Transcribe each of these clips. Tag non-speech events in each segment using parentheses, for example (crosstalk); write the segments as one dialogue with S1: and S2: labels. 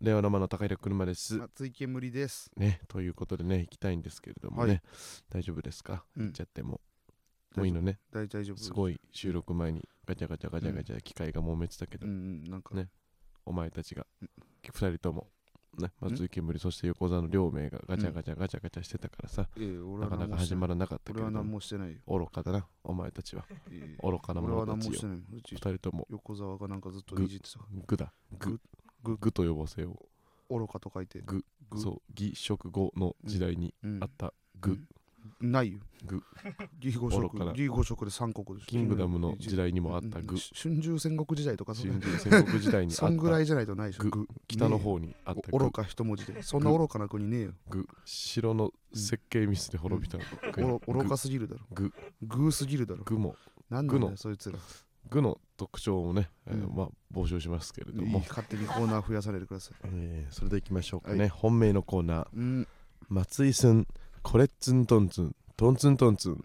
S1: レオ生の高平車です。
S2: 熱い煙です。
S1: ね、ということでね、行きたいんですけれどもね、
S2: はい
S1: 大丈夫ですか
S2: うん
S1: 行っちゃっても。もういいのね。
S2: 大大丈夫。
S1: すご
S2: い。
S1: い収録前にガチャガチャガチャガチャ機械が揉めてたけど、
S2: うんうん、なんか、
S1: ねお前たちが
S2: うん
S1: 2人とも、ね、松井煙そして横澤の両名がガチャガチャガチャガチャしてたからさ、
S2: ええ俺
S1: な
S2: は
S1: かな
S2: 何
S1: か
S2: もして
S1: 始ま
S2: ない。
S1: らなかったけれ
S2: 俺は
S1: ど
S2: 何
S1: も
S2: もしてないよ。
S1: 愚かだなお前たちは (laughs)
S2: ええ
S1: 愚かな
S2: 俺は
S1: 者
S2: 何
S1: た
S2: も
S1: ち
S2: して
S1: よ
S2: ない。うち
S1: 2人とも
S2: 横澤がなんかずっと
S1: ぐ
S2: いじってたか
S1: 愚だ愚愚と呼ばせよ
S2: ら。愚かと書いて。
S1: ぐう
S2: ぐ
S1: そう偽食後の時代に
S2: うん
S1: あった愚、
S2: ないよ。
S1: ぐ。
S2: 五色
S1: 愚かな。
S2: 五色で三国です。
S1: キングダムの時
S2: 代
S1: 代にもあった
S2: ぐ
S1: 愚
S2: 春秋戦国時代とかそん
S1: 新
S2: な
S1: 人戦国時代にあ
S2: そんぐ
S1: っ
S2: ら
S1: た
S2: いじゃないとないでしょ。
S1: ぐ
S2: ぐ。
S1: 北の方にあった
S2: お
S1: 愚
S2: 愚か一文字で。そんな愚かな国ねえよ。
S1: 愚城の設計ミスで滅びた国
S2: 愚愚かすぎるだろ。
S1: ぐ。
S2: ぐすぎるだろ。
S1: 愚も
S2: なんなんだ
S1: ぐの
S2: よ、そいつら。
S1: 具の特徴をね、えー
S2: うん
S1: まあ募集しますけれど
S2: いい
S1: も、
S2: 勝手にコーナー増やされてください。
S1: えーそれでいきましょうかね、
S2: は
S1: 本命のコーナー
S2: うん、
S1: 松井すんこれっつんとんつんとんつんとんつん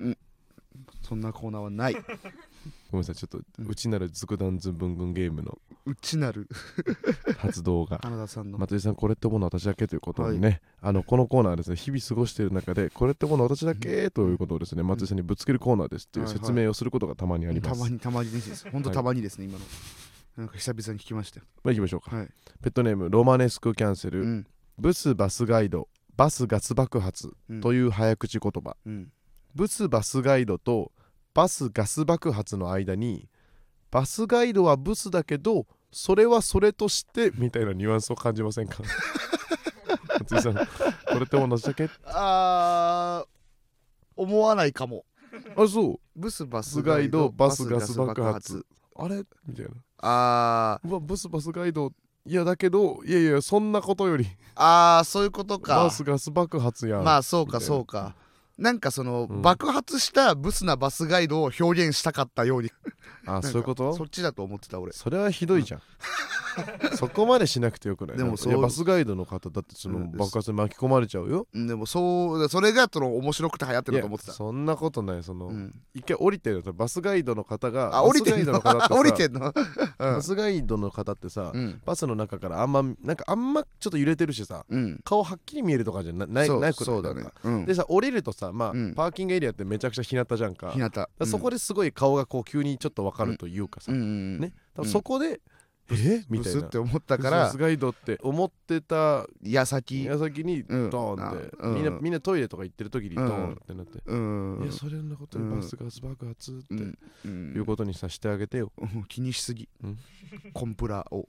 S1: ご
S2: そんなコーナーはない。
S1: めんなさいちょっと、
S2: う
S1: うんちなるずくだんずんぶんぐんゲームの
S2: うちなる
S1: 発動が
S2: 花田さんの。
S1: 松井さんこれってものは私だけということにね、あのこのコーナーはですね日々過ごしている中でこれってものは私だけということをですね、松井さんにぶつけるコーナーですっていう
S2: はいはい
S1: 説明をすることがたまにあります、
S2: たまにたまにです。本当
S1: はい
S2: たまにですね、今の。なんか久々に聞きましたよ。
S1: まあ、いきましょうか
S2: はい。
S1: ペットネームロマネスクキャンセル、
S2: うん。
S1: ブスバスガイドバスガス爆発
S2: うん
S1: という早口言葉、
S2: うん。
S1: ブスバスガイドとバスガス爆発の間にバスガイドはブスだけどそれはそれとしてみたいなニュアンスを感じませんか (laughs) 松井さんこれって同じだけ
S2: あー、思わないかも。
S1: あそう
S2: ブスバ
S1: スガイドバスガス爆発。あれみたいな
S2: あー、
S1: うわブスバスガイドいやだけどいやいやそんなことより
S2: あー、そういうこと
S1: バ
S2: か。
S1: スガス爆発やん、
S2: まあ、そうか、
S1: みたいな
S2: そうか。なんかその、
S1: うん
S2: 爆発したブスなバスガイドを表現したかったように
S1: あ
S2: なんか
S1: そういうこと
S2: そ
S1: そ
S2: っちだと思ってた俺
S1: れはひどいじゃ
S2: (laughs)
S1: んそこまでしなくてよくない
S2: でも
S1: なんか
S2: そう
S1: いやバスガイドの方だってその
S2: うん
S1: 爆発に巻き込まれちゃうよ
S2: うんでもそうそれがその面白くて流行ってると思って
S1: い
S2: た
S1: やそんなことないその、
S2: うん
S1: 一回降りてるとバスガイドの方が
S2: あ降りてんの
S1: バスガイドの方ってさ
S2: (laughs) 降りてんのうん
S1: バスガイドの方ってさ、
S2: うん
S1: バスの中からあんまなんかあんまちょっと揺れてるしさ
S2: うん
S1: 顔はっきり見えるとかじゃなない
S2: そう
S1: なくない
S2: そうだね
S1: なんか
S2: うん
S1: でさ降りるとさまあ、
S2: うん
S1: パーキングエリアってめちゃくちゃ日向じゃんか
S2: 日
S1: だか
S2: 向
S1: らそこですごい顔がこう急にちょっと分かるというかさ、
S2: うんうん
S1: ね多分
S2: うん
S1: そこで、えみ
S2: ブ
S1: たい
S2: スっ
S1: な
S2: て思ったか
S1: バ
S2: ら
S1: スガイドって思ってた
S2: 矢先
S1: 矢先にド
S2: うん
S1: ーンって、
S2: あうん
S1: みんなみんなトイレとか行ってる時にドーンってなって、
S2: うん
S1: いやそれのことで
S2: うん
S1: バスガス爆発って、
S2: うんうん
S1: いうことにさしてあげてよ。
S2: うん気にしすぎ
S1: うん
S2: コンプラを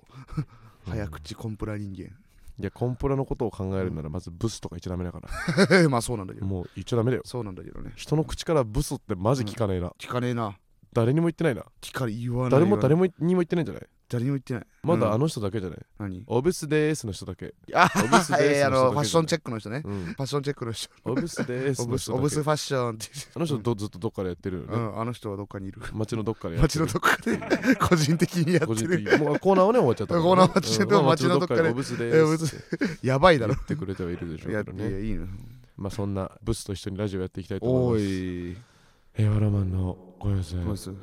S2: 早口コンプラ人
S1: いやコンプラのことを考えるならまずブスとか言っちゃダメだから。
S2: 間 (laughs) まあそうなんだけど
S1: もう言っちゃダメだよ。
S2: そうなんだけどね
S1: 人の口からブスってマジ聞かないな。
S2: 聞かねえな
S1: 誰にも言ってないな。
S2: 聞かれ言わない
S1: 誰も
S2: 言わな
S1: 誰
S2: い
S1: もにも言ってないんじゃない
S2: 誰にも言ってない
S1: ま
S2: う
S1: だ
S2: ん
S1: あの人だけじゃない、
S2: 何
S1: オブスでーすの人だ
S2: (laughs)
S1: け。
S2: あ
S1: オブス
S2: えーあの
S1: だけじゃない
S2: ファッションチェックの人ね
S1: うん。
S2: ファッションチェックの人
S1: オブスでー
S2: オ
S1: すの
S2: ブ
S1: 人
S2: ス
S1: だ
S2: オ
S1: け
S2: ブスファッションって
S1: あの人どずっとどっかでやってるよ
S2: う
S1: ね。
S2: んあの人はどっかにいる
S1: 街のどっかでやって
S2: 街
S1: る
S2: の。どっかで個人的に
S1: (laughs)
S2: や
S1: 個
S2: って
S1: 人
S2: る
S1: 的にもうコーナーはね終わっちゃったからね、
S2: コーナー終わっちゃった
S1: うん
S2: 街のどっかで
S1: オブスで
S2: えオ
S1: ー
S2: ブ
S1: すって
S2: やばいだ
S1: 言
S2: ろ
S1: ってくれてはいるでしょう
S2: や
S1: け
S2: っ
S1: ど
S2: て
S1: ね。
S2: いいの
S1: まあそんなブスと一緒にラジオやっていきたいと思
S2: お
S1: います。
S2: い
S1: 平和ロマンのご様子。
S2: どうする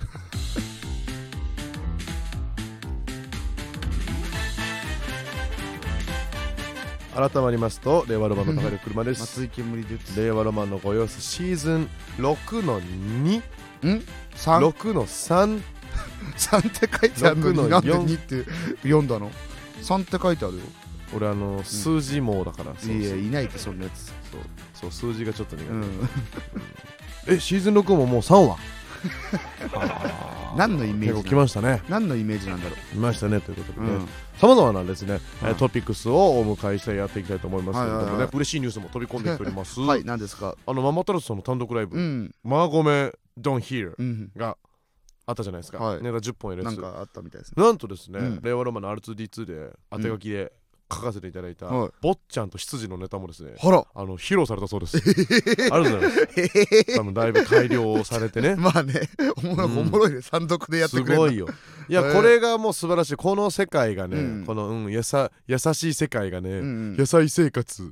S1: 改まりますと令和ロマンの高い車で
S2: 松
S1: す
S2: 井煙です
S1: 令和ロマンのご様子シーズン6の26
S2: ん (laughs) 三
S1: の3
S2: 三って書いてあるの
S1: 六の
S2: になんで
S1: 四
S2: 二って読んだの三って書いてあるよ
S1: 俺あの数字網だから、そう
S2: いや
S1: そう
S2: いないってそんなやつ
S1: そう数字がちょっと苦手、
S2: うん
S1: えシーズン6ももう3話
S2: (laughs) 何のイ
S1: 結
S2: メージなの
S1: 構来ましたね
S2: 何のイメージなんだろ
S1: 来ましたねということで
S2: う
S1: ね、
S2: うん
S1: 様々なですね、えー
S2: はい
S1: トピックスをお迎えしてやっていきたいと思いますけれどもね、
S2: はいはいはい
S1: 嬉しいニュースも飛び込んできております
S2: (laughs) はい何ですか
S1: あのママタルトさんの単独ライブ「
S2: うん
S1: マーゴメドンヒール
S2: うん」
S1: があったじゃないですか、
S2: はい
S1: ネタ10本やるや
S2: な
S1: つ
S2: んかあったみたいですね
S1: なんとですね、
S2: うん
S1: 令和ロマンの R2D2 で当て書きで書かせていただいた、
S2: はい
S1: 坊っちゃんと羊のネタもですね
S2: ほら (laughs)
S1: あの披露されたそうですありがとうございます多分だいぶ改良をされてね
S2: まあね、おもろ
S1: うん
S2: おもろいね、単独でやって
S1: す
S2: くれるの
S1: ごいよいや
S2: へー
S1: これがもう素晴らしいこの世界がね、
S2: うん
S1: この、うん、やさ優しい世界がね、
S2: うん
S1: 野菜生活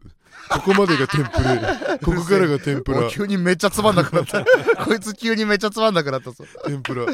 S1: ここまでが天ぷ
S2: (laughs)
S1: らここからが天ぷ
S2: お
S1: ら
S2: 急にめっちゃつまんなくなった
S1: (laughs)
S2: こいつ急にめっちゃつまんなくなったぞ
S1: 天ぷら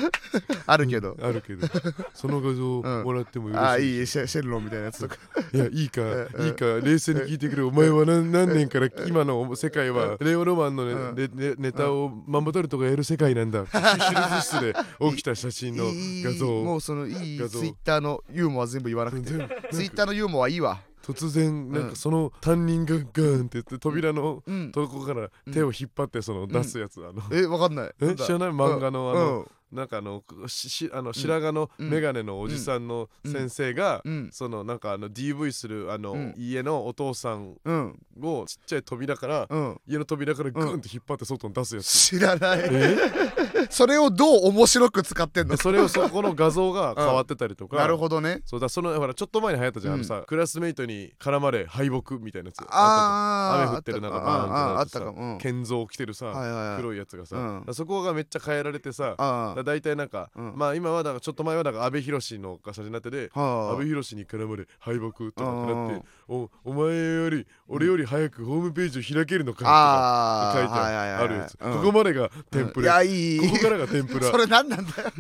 S2: あるけど
S1: あるけどその画像
S2: うん
S1: もらってもよろしい、
S2: ああいいシェシェルロンみたいなやつとか
S1: いやいいか
S2: うん
S1: いいか冷静に聞いてくれお前は何何年から今の世界は令和ロマンのね、ねねネタをマンボタルとかやる世界
S2: (laughs)
S1: なんだシュシュル室で起きた写真の
S2: いい
S1: 画
S2: も
S1: 像
S2: うそのいいツイ
S1: 画像
S2: ッターのユーモア全部言わなくて
S1: 全部
S2: ツイッターのユーモアいいわ
S1: 突然なん
S2: うん
S1: かその担任がガーンって言って扉の
S2: うん
S1: とこから手を引っ張ってその出すやつあの
S2: えわかんない
S1: (laughs) え知らない漫画のあの
S2: うん
S1: なんかあのししあの白髪の
S2: うん
S1: 眼鏡のおじさんの先生が、
S2: うん
S1: そのなんかあの DV するあの、
S2: うん
S1: 家のお父さん
S2: うん
S1: をちっちゃい扉から、
S2: うん
S1: 家の扉からグンって引っ張って外に出すやつ、
S2: 知らない
S1: え (laughs)
S2: それをどう面白く使ってんの
S1: でそれをそこの画像が変わってたりとか、
S2: なるほどね
S1: そうだそのほらちょっと前に流行ったじゃん、
S2: うん
S1: あのさクラスメイトに絡まれ敗北みたいなやつ
S2: あー
S1: 雨降ってる中バーンって
S2: あ
S1: な
S2: あ
S1: っ
S2: あ
S1: て
S2: った
S1: さ
S2: かもうん
S1: 建造着てるさ、
S2: はいはいはい
S1: 黒いやつがさ、
S2: うん
S1: だからそこがめっちゃ変えられてさだ
S2: あ
S1: から大体なんか、
S2: うん
S1: まあ今はだからちょっと前はだから安倍寛のが写真になってで
S2: あは
S1: 阿
S2: あ
S1: 部寛に絡まれ敗北とかってなっ
S2: あ
S1: ておお前より俺より早くホームページを開けるのかとか
S2: あ
S1: 書いて
S2: ーはいはいはい
S1: あるやつ
S2: うん
S1: ここまでが天ぷら
S2: いやいい
S1: ここからが天ぷら
S2: それ何なんだよ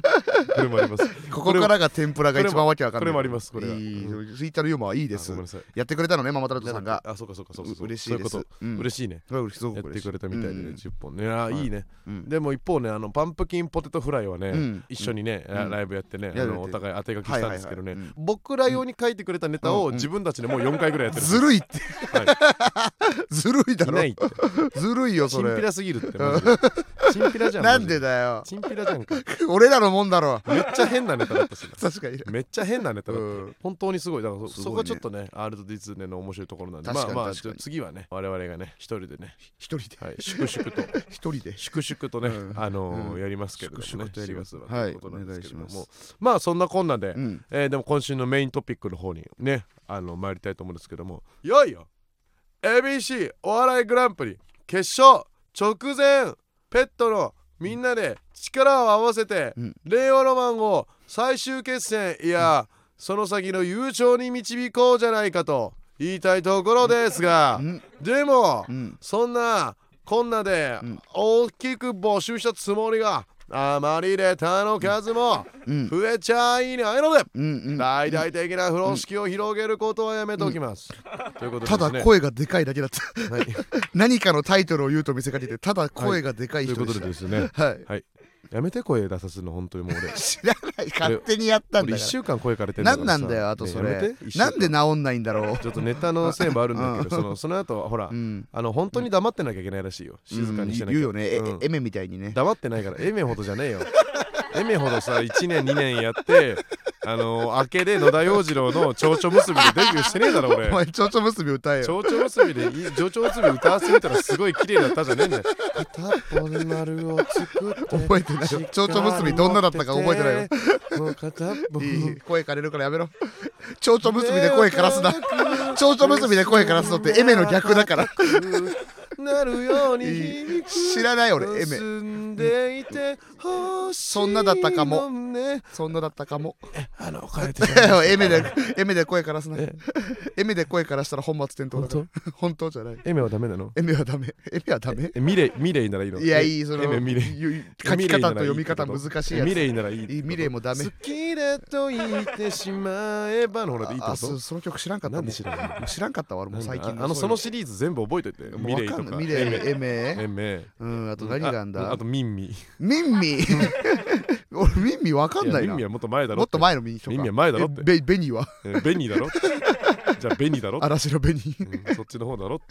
S1: これもあります
S2: (laughs) ここからが天ぷらが一番わけわかんない
S1: これもありますこれはい
S2: い
S1: うん
S2: ツイッターのユーモアいいで
S1: あ
S2: す
S1: ごめんなさい
S2: やってくれたのねママタルトさんが
S1: あそうかそうかそうそう
S2: う
S1: そう
S2: 嬉しいで
S1: そう
S2: す
S1: うこ
S2: うん
S1: と嬉しいね
S2: これ嬉しいすご
S1: や
S2: く
S1: って
S2: 嬉しい
S1: くれたみたいでね
S2: うん
S1: 10本ねあーいいね
S2: うん
S1: でも一方ねあのパンプキンポテトフライは
S2: う
S1: ね
S2: ん
S1: 一緒にねラライブやってねあ
S2: やるや
S1: の
S2: る
S1: お互い当て書きしたんですけどね
S2: はいはいはい
S1: 僕ら用に書いてくれたネタ
S2: うんう
S1: を
S2: ん
S1: 自分たちでもう4回ぐらいやってる
S2: ずるいって、 (laughs) ずるいだ
S1: い
S2: ろ
S1: ないって
S2: ずるいよ
S1: チ
S2: そ
S1: ンピ
S2: れ
S1: ラすぎるってマジでチンピラじゃん
S2: なん
S1: マジ
S2: でだよ
S1: チンピラじゃんか
S2: 俺らのもんだろ
S1: めっちゃ変なネタだったし
S2: (laughs)
S1: な
S2: 確かに
S1: めっちゃ変なネタだった、
S2: うん
S1: 本当にすごいだからそ,、
S2: すごいね
S1: そこはちょっとねアールとディズニーの面白いところなんで
S2: 確かに
S1: まあまあ
S2: 確かに
S1: ちょ次はね我々がね一人でね、
S2: 一人で
S1: はい、粛々と
S2: 一人で
S1: 粛々とね、
S2: うん
S1: あのー
S2: うん
S1: やりますけれどもね
S2: 粛々とやります
S1: 4月
S2: は
S1: はいということなんですけれども、
S2: お願いしま
S1: まあそんなこんなで、
S2: うん
S1: えーでも今週のメイントピックの方にねあの参りたいと思うんですけどもいよいよ ABC お笑いグランプリ決勝直前ペットのみんなで力を合わせて、
S2: うん
S1: 令和ロマンを最終決戦いや、その先の優勝に導こうじゃないかと言いたいところですが、
S2: うん
S1: でも、
S2: うん
S1: そんなこんなで
S2: うん
S1: 大きく募集したつもりがあまりレターの数も
S2: うん
S1: 増えちゃいないので
S2: うんうん
S1: 大々的な風呂敷を広げることはやめておきます。ということで
S2: た
S1: です、ね、
S2: だ声がでかいだけだった (laughs)
S1: (laughs) はい、
S2: 何かのタイトルを言うと見せかけてただ声がでかい
S1: という
S2: 人
S1: こ
S2: で
S1: と
S2: し
S1: で
S2: た
S1: ですね、
S2: はい
S1: やめて声出さすの、本当にもう俺。
S2: 知らない勝手にやったん
S1: 俺
S2: だ
S1: 1
S2: か
S1: 週間声枯れて
S2: ら
S1: るから
S2: 何
S1: さ
S2: なんだよあとそ
S1: ねやめ
S2: れ
S1: て一週間
S2: なんで治んないんだろう
S1: ちょっとネタのせいもあるんだけど、そのその後ほら、
S2: うん
S1: あの本当に黙ってなきゃいけないらしいよ。静かにしてなきゃ。
S2: 言うよねえ
S1: うん
S2: エメみたいにね
S1: 黙ってないからエメほどじゃね (laughs) えよエメほどさ1年2年やってあの明けで野田洋次郎の蝶々結びでデビューしてねえだろ
S2: お
S1: 俺
S2: 前ちょうちょ結び歌えよ
S1: 蝶々結びでい蝶々結び歌わせてみたらすごい綺麗だったじゃねえんだよ片っぽの丸を作って
S2: 覚えてないよ蝶々結びどんなだったか覚えてないよ
S1: いもう片っぽ
S2: いい声枯れるからやめろ (laughs) 蝶々結びで声枯らすな蝶々結びで声枯らすのってエメの逆だから
S1: なるように
S2: い
S1: 響
S2: い
S1: く
S2: 知らない俺エメ
S1: 結んでいてほしいのね
S2: そんなだったかもそんなだったかも
S1: あの枯れてた
S2: (laughs) エメでエメで声枯らすな
S1: え
S2: エメで声からしたら本末転倒だから
S1: 本
S2: (laughs) 本当じゃない
S1: (laughs) エメはダメなの
S2: エメはダメエメはダメ
S1: えミレイミレイならいいの
S2: いや
S1: え
S2: いいその
S1: エメミレイ
S2: ゆ書き方と読み方難しいや
S1: ミ
S2: つ
S1: レイならいいってこと
S2: いいミレイもダメ
S1: 好きだと言ってしまえばのほらでいいって
S2: あ
S1: こ
S2: そ
S1: と
S2: その曲知らんかった
S1: な
S2: も
S1: ん
S2: ん
S1: で知らないの
S2: 知らんかったわ俺もう最近
S1: ああのその
S2: う
S1: シリーズ全部覚えといて
S2: いう
S1: ミレイと
S2: もう
S1: か
S2: わんないミレイエメ
S1: エメ
S2: うんあと何があん
S1: あ
S2: だ
S1: あとミンミ
S2: ミンミ (laughs) 俺ミンミわかんな
S1: や
S2: い
S1: ミ
S2: な
S1: ンミはもっと前だろ
S2: もっと前のミンミ
S1: ミンミは前だろって
S2: ベベニーは
S1: えベニーだ (laughs) ろじゃあベニーだ (laughs) ろ
S2: 嵐のベニー
S1: うんそっちの方だろ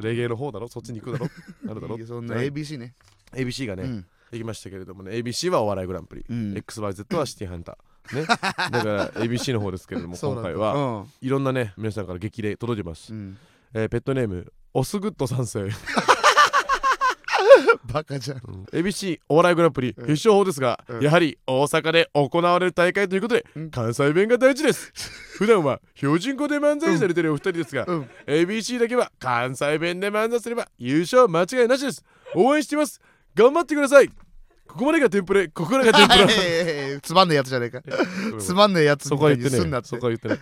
S1: レゲエの方だろそっちに行くだろなるだろ
S2: いいよそんな
S1: はい
S2: ABC ね
S1: ABC がね、
S2: うん
S1: できましたけれどもね ABC はお笑いグランプリ、
S2: うん
S1: XYZ はシティハンター (laughs) ねだから ABC の方ですけれども
S2: そうな
S1: 今
S2: んだ
S1: 回はいろんなね皆さんから激励届いてます、
S2: うんうん
S1: えーペットネームオスグッド三世、
S2: バカ (laughs) じゃん
S1: ABC お笑いグランプリ必勝法ですが、
S2: うん
S1: やはり大阪で行われる大会ということで、
S2: うん
S1: 関西弁が大事です (laughs) 普段は標準語で漫才されてるお二人ですが、
S2: うん
S1: ABC だけは関西弁で漫才すれば優勝間違いな (laughs) しです応援しています頑張ってくださいここまでがテンプレここからがテンプ
S2: は
S1: ラ
S2: いつまんねえやつじゃねえかつまんねえやつ
S1: そ
S2: み
S1: こ
S2: た
S1: はい言
S2: に
S1: って
S2: す
S1: ね
S2: んな
S1: え
S2: って
S1: そこは言ってない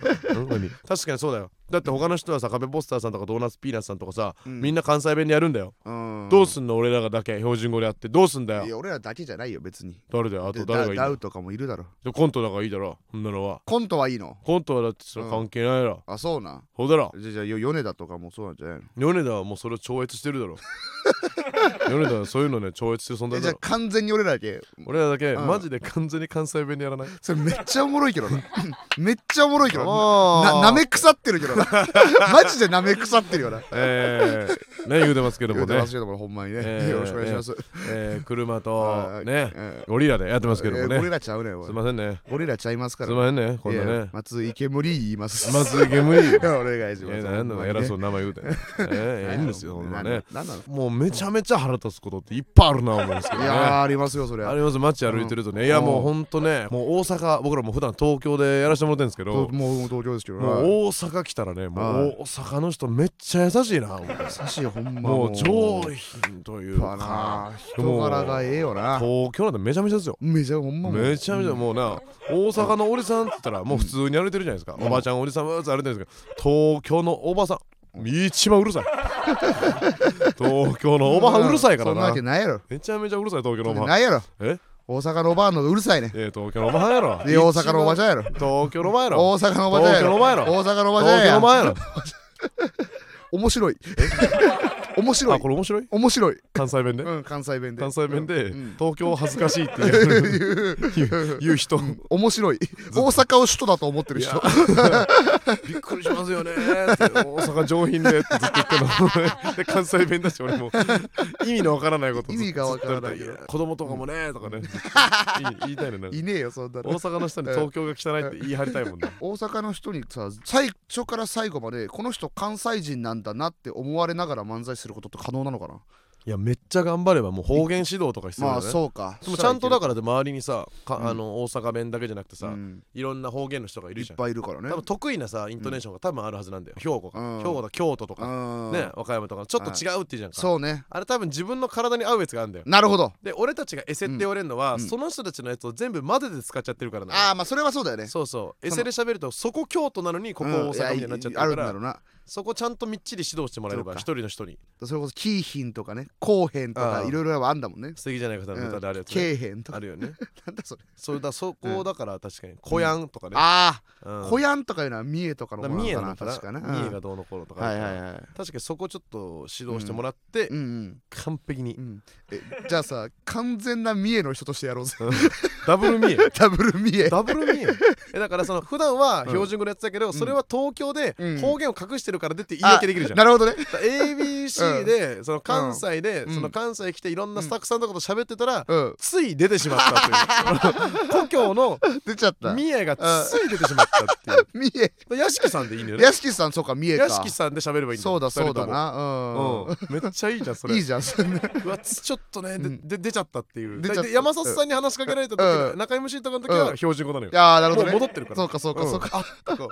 S1: (laughs) 確かにそうだよだって他の人はさカベポスターさんとかドーナツピーナッツさんとかさ、
S2: うん
S1: みんな関西弁でやるんだよ、
S2: うん
S1: どうすんの俺らがだけ標準語でやってどうすんだよ
S2: いや俺らだけじゃないよ別に
S1: 誰だよあ
S2: で
S1: と
S2: ダ
S1: 誰がいい
S2: ダ
S1: の
S2: ウとかもいるだろ
S1: じゃあコントだからいいだろそんなのは
S2: コントはいいの
S1: コントはだってそれ
S2: うん
S1: 関係ないだろ、
S2: あそうな
S1: そうだろ
S2: じゃあじゃあよ米田とかもそうなんじゃないの
S1: 米田はもうそれを超越してるだろ (laughs) 米田はそういうのね超越してる存
S2: え
S1: 在
S2: じゃ
S1: だ
S2: あ
S1: ろ
S2: 完全に俺らだけ
S1: 俺らだけ、
S2: うん
S1: マジで完全に関西弁でやらない
S2: それめっちゃおもろい
S1: (laughs)
S2: けどなめっちゃおもろいけどな
S1: な
S2: ななめ腐ってるけ
S1: (laughs)
S2: どなマジでなめ腐ってるよな
S1: えー、ね言うてますけど
S2: 言
S1: も
S2: うてま
S1: ね
S2: す、けどもほんまにね、
S1: えー
S2: (laughs) よろしくお願いします、
S1: えー、車
S2: は
S1: と
S2: い
S1: ね
S2: え
S1: ゴリラでやってます
S2: ー
S1: けども
S2: えーゴリ
S1: ね
S2: ラちゃうねんおい
S1: すいませんね
S2: ゴリラちゃいますか
S1: す
S2: ら
S1: いませんねこんない
S2: や
S1: ね
S2: 松井けむり言います
S1: まずい煙い
S2: (laughs) お願いします、
S1: えなんなの偉そううな名前言う
S2: (laughs)
S1: て、えー、いいんですよほんまね
S2: なんなの
S1: もうめちゃめちゃ腹立つことっていっぱいあるな思うんですけ
S2: い
S1: どね
S2: やーありますよそれ
S1: あります街歩いてるとね、いやもうほんとねもう大阪僕らも普段東京でやらせてもらってるんですけど
S2: ともうもう東京ですけど
S1: もう
S2: はい
S1: 大阪来たらねも
S2: は
S1: う大阪の人めっちゃ優しい
S2: (laughs)
S1: な思って
S2: 優しいよほんま
S1: もう上品という
S2: や
S1: か
S2: っぱな人柄がええよな
S1: 東京なんてめちゃめちゃですよ
S2: めちゃほんまもう
S1: めちゃめちゃもうな大阪のおじさんって言ったらもう普通に歩いてるじゃないですかおばちゃんおじさんわーって歩いてるんですけど東京のおばさん一番うる
S2: (laughs)
S1: さい東京のおばはんうるさいか
S2: そ
S1: ら
S2: んなわ
S1: な
S2: けないやろ
S1: めちゃめちゃうるさい東京のおばはん
S2: ないやろ
S1: え
S2: 大阪のおばあのうるさいね
S1: えー東京のおばはんやろ
S2: で大阪のおばちゃんやろ
S1: 東京のおばやろ
S2: 大阪のおばちゃんや
S1: 東京のおばやろ
S2: ろ大阪のおばちゃん
S1: 東京の
S2: や
S1: おばやろ
S2: 面白い面白
S1: あ
S2: い
S1: これ面白い
S2: 面白い
S1: 関西弁で
S2: うん関西弁で
S1: 関西弁で
S2: うん
S1: 東京恥ずかしいっていう言う人
S2: 面白い大阪を首都だと思ってる
S1: いや
S2: 人
S1: びっくりしますよねって大阪上品でってずっと言ってるので関西弁だし俺も意味のわからないことず
S2: 意味がわからない
S1: ずっ
S2: よ
S1: と言ってる子供とかもねとかね言い言いたいのね
S2: いねえよそんな
S1: 大
S2: の
S1: 阪の人に東京が汚いって言い張りたいもんね
S2: 大阪の人にさ最初から最後までこの人関西人なんだなって思われながら漫才することって可能なのかない
S1: やめっちゃ頑張ればもう方言指導とか必要だ
S2: まあ
S1: よね
S2: そうか
S1: でもちゃんとだ
S2: か
S1: からで周りにさか
S2: うん
S1: あの大阪弁だけじゃなくてさ
S2: うん
S1: いろんな方言の人がい
S2: い
S1: る
S2: っ
S1: じゃん
S2: ぱいいるからね
S1: 多分得意なさイントネーションが多分あるはずなんだよ兵庫か
S2: うん
S1: 兵庫とか京都とか
S2: うん
S1: ね和歌山とかのちょっと違うっていうじゃんか
S2: そうね
S1: あれ多分自分の体に合うやつがあるんだよ
S2: なるほど
S1: で俺たちがエセって言われるのは、
S2: うんうん
S1: その人たちのやつを全部混ぜて使っちゃってるからな
S2: ああまあそれはそうだよね
S1: そうそうエ
S2: そ
S1: セ
S2: の
S1: で喋るとそこ京都なのにここ
S2: う
S1: 大阪
S2: ん
S1: みたいになっちゃってるか
S2: いやいあるん
S1: ら、
S2: だろうな
S1: そこちゃんとみっちり指導してもらえれば
S2: そうか
S1: 一人の人に
S2: それこそキーヒンとかねコーヘンと
S1: あ
S2: か
S1: ー
S2: いろいろあんだもんね
S1: 素敵じゃない方のネタであるやつ、ね
S2: ケーヘンと
S1: あ
S2: か
S1: るよね
S2: なんだそれ
S1: それだそこだから確かに小屋んとかね、
S2: あ
S1: うん
S2: あ小屋んとかいうのは三重とかの
S1: だ
S2: もの
S1: 三重
S2: な
S1: な
S2: の
S1: の
S2: か
S1: か
S2: な
S1: な
S2: 確かな
S1: 三重
S2: う
S1: が
S2: ん
S1: どうのこうのとかあ
S2: は
S1: る
S2: い
S1: から
S2: はいはい
S1: 確かにそこちょっと指導してもらって、
S2: うんうん
S1: 完璧に、
S2: うんえじゃあさ完全な三重の人としてやろうぜ (laughs)
S1: ダブル見え
S2: ダブル三重
S1: ダブル見ええだからその普段は標準語のやつだけど、それは東京で
S2: うん
S1: 方言を隠してるから出て言い訳できるじゃん
S2: なるほどねう
S1: ABC
S2: ん
S1: でその関西で
S2: うん
S1: その関西来ていろんなスタッフさんとかと喋ってたら
S2: うん
S1: つい出てしまった
S2: (laughs)
S1: という故郷の
S2: 出ちゃった
S1: 三重がつい出てしまったっていう
S2: 三重
S1: 屋敷さんでいいんだよね
S2: 屋敷さんそうか三重か
S1: 屋敷さんで喋ればいいんだよ
S2: そうだそうだ
S1: 二
S2: な
S1: 人
S2: う
S1: ともうんめっちゃいいじゃんそ
S2: ん
S1: れ
S2: いいじゃん (laughs) それね
S1: うわつちょっとねで
S2: うん
S1: で出ちゃったっていう
S2: 出ちゃった
S1: で山里さんに話しかけられた時
S2: う
S1: は
S2: ん
S1: 中 MC とかの時は
S2: うん
S1: 標準語なのよ
S2: いやーなるほ
S1: も
S2: ど
S1: う
S2: ね
S1: 戻ってるから
S2: そうかそうか
S1: ん
S2: そうか
S1: あこうご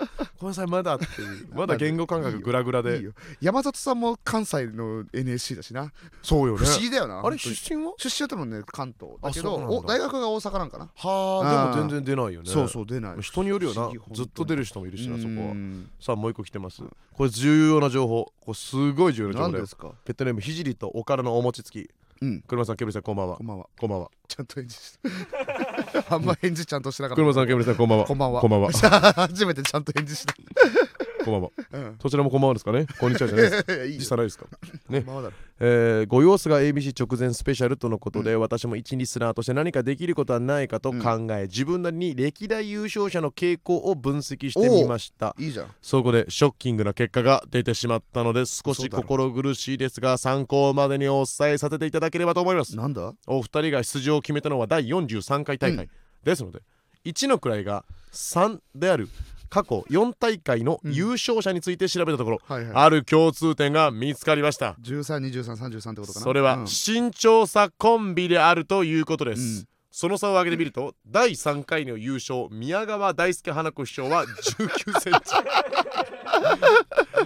S1: めんなさいまだっていうまだ言語感覚グラグラ
S2: いい
S1: で
S2: よ山里さんも関西の NSC だしな
S1: そうよ
S2: 不思議だよな
S1: あれ
S2: 本当に
S1: 出身は
S2: 出身は多分ね関東だけど
S1: あそうなんだ
S2: お大学が大阪なんかな
S1: はあ
S2: あー
S1: でも全然出ないよね
S2: そうそう出ない
S1: 人によるよ
S2: 不
S1: な
S2: 思議本当に
S1: ずっと出る人もいるしなそこ
S2: う
S1: は
S2: ん
S1: さあもう一個来てますこれ重要な情報これすごい重要な情報
S2: 何
S1: だよ
S2: ですか
S1: ペットネームひじりとおからのお餅つき
S2: うん
S1: 車さんケブリさんこんばんは
S2: こんばんは
S1: こんばんは
S2: ちゃんと返事した (laughs) あんま返事ちゃんとしなかった
S1: 車さんケブリさんこんばんは
S2: こんばんは
S1: こんばんは
S2: (laughs) 初めてちゃんと返事した
S1: こんばんは
S2: うん (laughs)
S1: そちらもこんばんはですかねこんにちはじゃないです
S2: い
S1: 実
S2: いよ
S1: 際ないですか
S2: こ
S1: ね
S2: んばんはだろ
S1: えーご様子が ABC 直前スペシャルとのことで、私も一リスナーとして何かできることはないかと考え、自分なりに歴代優勝者の傾向を分析してみました
S2: いいじゃん
S1: そこでショッキングな結果が出てしまったので少し心苦しいですが参考までにお伝えさせていただければと思います
S2: なんだ
S1: お二人が出場を決めたのは第43回大会、
S2: う
S1: ですので1の位が3である過去4大会の優勝者について調べたところ、
S2: はいはい
S1: ある共通点が見つかりました
S2: 132333ってことかな
S1: それは
S2: うん
S1: 身長差コンビであるということです、
S2: うん
S1: その差を上げてみると第3回の優勝宮川大輔花子師匠は1 9ン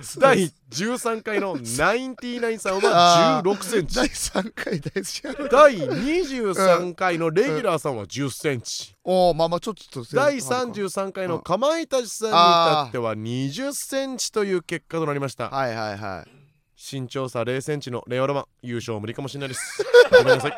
S1: チ第13階のナインティナインさんは16センチ
S2: 第3回大好きやろ
S1: 第23回のレギュラーさんは1 0センチ
S2: おおまあまあちょっと
S1: 第33回のかまいたちさんに至っては2 0センチという結果となりました
S2: はいはいはい
S1: 身長差0センチのレオロマン優勝は無理かもしれないです
S2: (laughs)
S1: ごめんなさい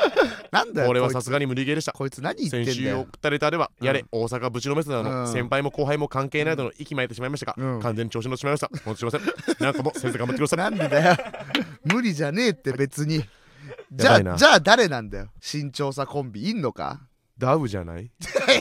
S2: なんだよ
S1: これは
S2: こ
S1: さ
S2: いつ
S1: すがに無理ゲーでした
S2: こいつ何言っ
S1: 先
S2: てんだ
S1: 週送
S2: よ
S1: ったレターでは、
S2: うん
S1: やれ大阪ぶちのめすなの、
S2: うん
S1: 先輩も後輩も関係ないとの息巻いてしまいましたが、
S2: うん
S1: 完全に調子乗ってしまいました本当すいませ
S2: (laughs)
S1: んなんとも先生頑張ってください
S2: なんでだよ (laughs) 無理じゃねえって別にじ
S1: や
S2: ゃ
S1: ばいな
S2: あじゃあ誰なんだよ身長差コンビいんのか
S1: ダウじゃない
S2: い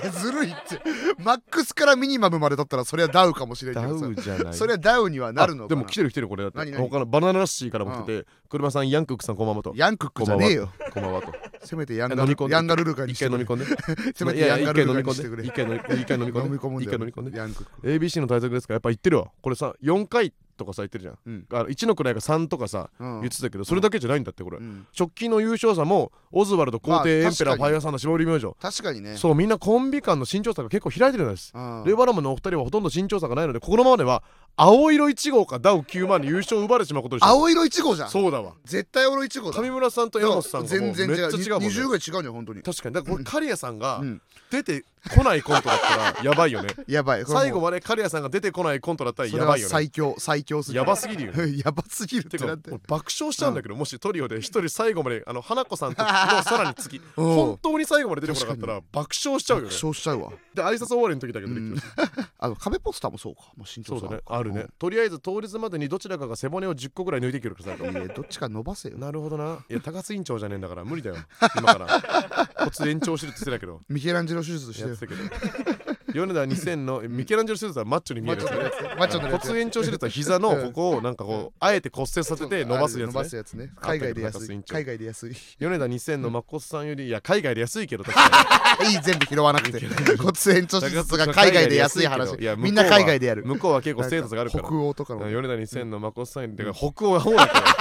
S2: やずるいってマックスからミニマムまで取ったらそれはダウかもしれんけ
S1: (laughs) ダ
S2: どさ
S1: ウじゃない
S2: それはダウにはなるの
S1: あで
S2: かな
S1: も来てる来てるこれだって
S2: 何々
S1: 他のバナナラッシーからも来てて、車さんヤンクックさんこんばんはと
S2: ヤンクックじゃねえよ
S1: こんばんはと
S2: せめてヤン
S1: 飲
S2: ガ
S1: み
S2: ル
S1: 込んで
S2: ヤンガルルカに
S1: 一
S2: して
S1: 回
S2: く
S1: 飲
S2: れ
S1: み込んで
S2: (laughs) せめ
S1: い
S2: てヤ
S1: や
S2: ン
S1: い
S2: ガ
S1: や一
S2: ル
S1: 回
S2: ル
S1: 飲み
S2: カ
S1: 込
S2: にしてく
S1: ん
S2: れ
S1: で一回飲み一回飲み込ん
S2: (laughs) 飲
S1: で
S2: み込むんだよ
S1: 一回飲み込んで
S2: ヤンクック
S1: ABC の対策ですからやっぱ言ってるわこれさ4回とかさ言ってるじゃん、
S2: うん
S1: あの1の位が3とかさ
S2: うん
S1: 言ってたけどそれだけじゃないんだってこれ、
S2: うん
S1: 直近の優勝者もオズワルド皇帝、
S2: ま
S1: エ
S2: あ
S1: ンペラー
S2: 確かに
S1: ファイヤーサンダー絞り明星、
S2: 確かにね
S1: そうみんなコンビ間の身長差が結構開いてるんです、
S2: うん
S1: レイバラムのお二人はほとんど身長差がないのでこのままでは青色1号かダウ9万に優勝を奪われてしまうことでしょう
S2: 青色1号じゃん
S1: そうだわ
S2: 絶対青色1号だ
S1: 上村さんと山本さんがもうめ
S2: 全
S1: っちゃ
S2: 然
S1: 違
S2: 違う
S1: うもん、ね、
S2: 20ぐらい違うね本当に
S1: 確かにだからこれ刈谷さんが
S2: うん
S1: 出てこないコントだったらやばいよね
S2: やばいこれもう
S1: 最後まで刈谷さんが出てこないコントだったら
S2: そ
S1: や
S2: れ
S1: ば
S2: はい
S1: よね
S2: 最強最強すぎる
S1: やばすぎるよね
S2: (laughs) やばすぎるってて
S1: か
S2: なって
S1: 俺爆笑したんだけど、もしトリオで一人最後まであ (laughs) の花子さんとのさらに次
S2: うん
S1: 本当に最後まで出てこなかったら爆笑しちゃうよね
S2: 爆笑しちゃうわ
S1: で挨拶終わりの時だけ出てきて
S2: あの壁ポスターもそうかもう身
S1: そ
S2: 長
S1: う
S2: 差
S1: だねあるねとりあえず当日までにどちらかが背骨を10個ぐらい抜いてきてくださいと
S2: いやどっちか伸ばせよ
S1: なるほどない (laughs) や高須委員長じゃねえんだから無 (laughs) 理だよ今からコツで延長してるって言ってたけど
S2: ミケランジェロ手術して
S1: やっ
S2: よ
S1: てたけど米田2000のミケランジェロ手術はマッチョに見えるやつね
S2: マッチョのやつ
S1: 骨延長手術は膝のここをなんかこうあえて骨折させて伸ばすやつ
S2: 伸ば
S1: ね
S2: すやつね海外で
S1: あった
S2: 安
S1: けど中須委員
S2: い
S1: 長
S2: 海外で安い (laughs) いい
S1: 米田2000のマコスさんよりいや海外で安いけど確
S2: (laughs)
S1: か
S2: 全部拾わなくて骨延長手
S1: に (laughs)
S2: 術が海外で安い話
S1: いや向こうは
S2: みんな海外でやる
S1: 向こうは結構ステータスがあるから
S2: 北欧とかの
S1: 米田2000のマコスさんよりてか北欧は方だから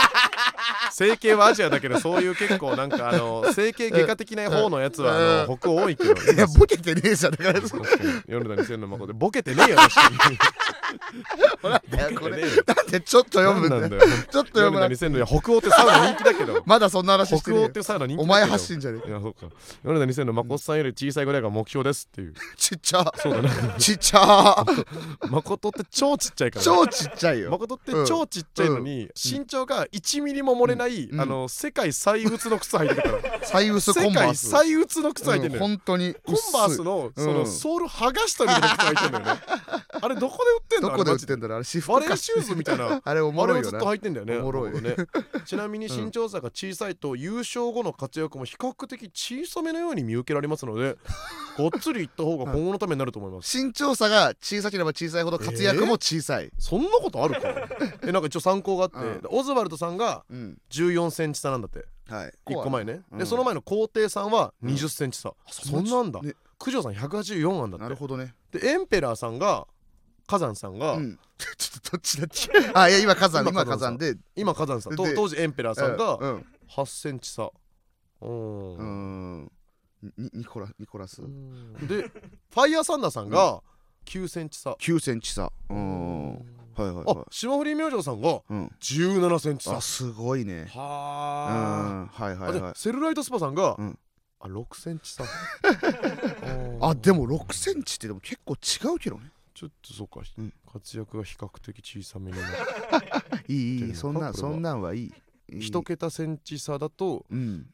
S1: 整形はアジアだけどそういう結構なんかあ
S2: (laughs)
S1: の整形外科的な方のやつはあの北欧多いけど
S2: いやボケてねえじゃんだから
S1: 確かに (laughs) 米田2000のマコでボケてねえよ確かに
S2: いやこれ
S1: ねえ
S2: なんでちょっと読むんだ
S1: な
S2: よ
S1: んだよ
S2: ちょっと読
S1: 米
S2: む
S1: 田
S2: な
S1: 2000のいや北欧ってサウナ人気だけ
S2: (laughs)
S1: ど
S2: まだそんな話して
S1: 北
S2: ねえ
S1: 欧
S2: よ
S1: ってサウナ人気だけど
S2: お前発信じゃねえ
S1: いやそうか米田2000のマコスさんより小さいぐらいが目標ですっていう
S2: ちっちゃ
S1: そうだね
S2: ちっちゃ
S1: マコトって超ちっちゃいからね
S2: 超ちっちゃい
S1: マ
S2: よ
S1: コトって超ちっちゃいのに、身長が1ミリも漏れない、
S2: ん
S1: あの世界最鬱の靴履いてるから
S2: (laughs) 最薄コ
S1: 世
S2: ンバ
S1: 界
S2: ース
S1: 最鬱の靴履いてる
S2: うん
S1: のよ、
S2: 本当に
S1: コンバースの
S2: 薄い
S1: その、
S2: うん
S1: ソール剥がしたみたいな靴履いてるのよ
S2: (laughs)
S1: ねあれどこで売ってんの
S2: どこで売って
S1: あれマジ
S2: んだろうあれ私服
S1: バレ
S2: か
S1: ーシューズみたいな
S2: あれおも
S1: あれ
S2: ろ
S1: を
S2: い
S1: ず
S2: よ
S1: っと
S2: な
S1: 履いてんだよね
S2: おもろい
S1: なるほどね
S2: (laughs)
S1: ちなみに身長差が小さいと優勝後の活躍も比較的小さめのように見受けられますの
S2: (laughs)
S1: でごっつりいった方が今後のためになると思います
S2: 身長差が小さければ小さいほど活躍も小さい
S1: そんなことある
S2: (laughs)
S1: かえなんか一応参考があって、
S2: うん
S1: オズワルドさんが
S2: うん
S1: 1 4センチ差なんだって
S2: はい
S1: 一個前ね、
S2: うん
S1: でその前の皇帝さんは2 0センチ差、そんなんだ、
S2: ね
S1: 九条さん184あんだ
S2: な
S1: っ
S2: る
S1: て
S2: ほどね
S1: でエンペラーさんが火山さんが、
S2: うんちょっとどっちだっちあいや今火山
S1: 今火
S2: 今火
S1: 山
S2: 山で
S1: 今火山さんと
S2: で
S1: 当時エンペラーさん
S2: う
S1: が
S2: ん
S1: 8センチ差うー
S2: うんんにニコラニコラス
S1: でファイヤーサンダーさんが9センチ差、
S2: 9センチ差うんはいはい
S1: あ
S2: は
S1: 霜降り明星さんが
S2: いうん
S1: 17センチ差
S2: あすごいねうん
S1: はあ、
S2: はい
S1: あ
S2: はい
S1: で
S2: はい
S1: セルライトスパさんが、
S2: うん
S1: あ6センチ
S2: (laughs)
S1: 差
S2: あで
S1: も
S2: も6センチってでも結構違うけどね
S1: ちょっとそうか、
S2: うん
S1: 活躍が比較的小さめになる
S2: いい
S1: てる
S2: いい
S1: の
S2: そん
S1: か
S2: な
S1: これは
S2: そんなんはいいいい
S1: 一桁センチ差だと
S2: うん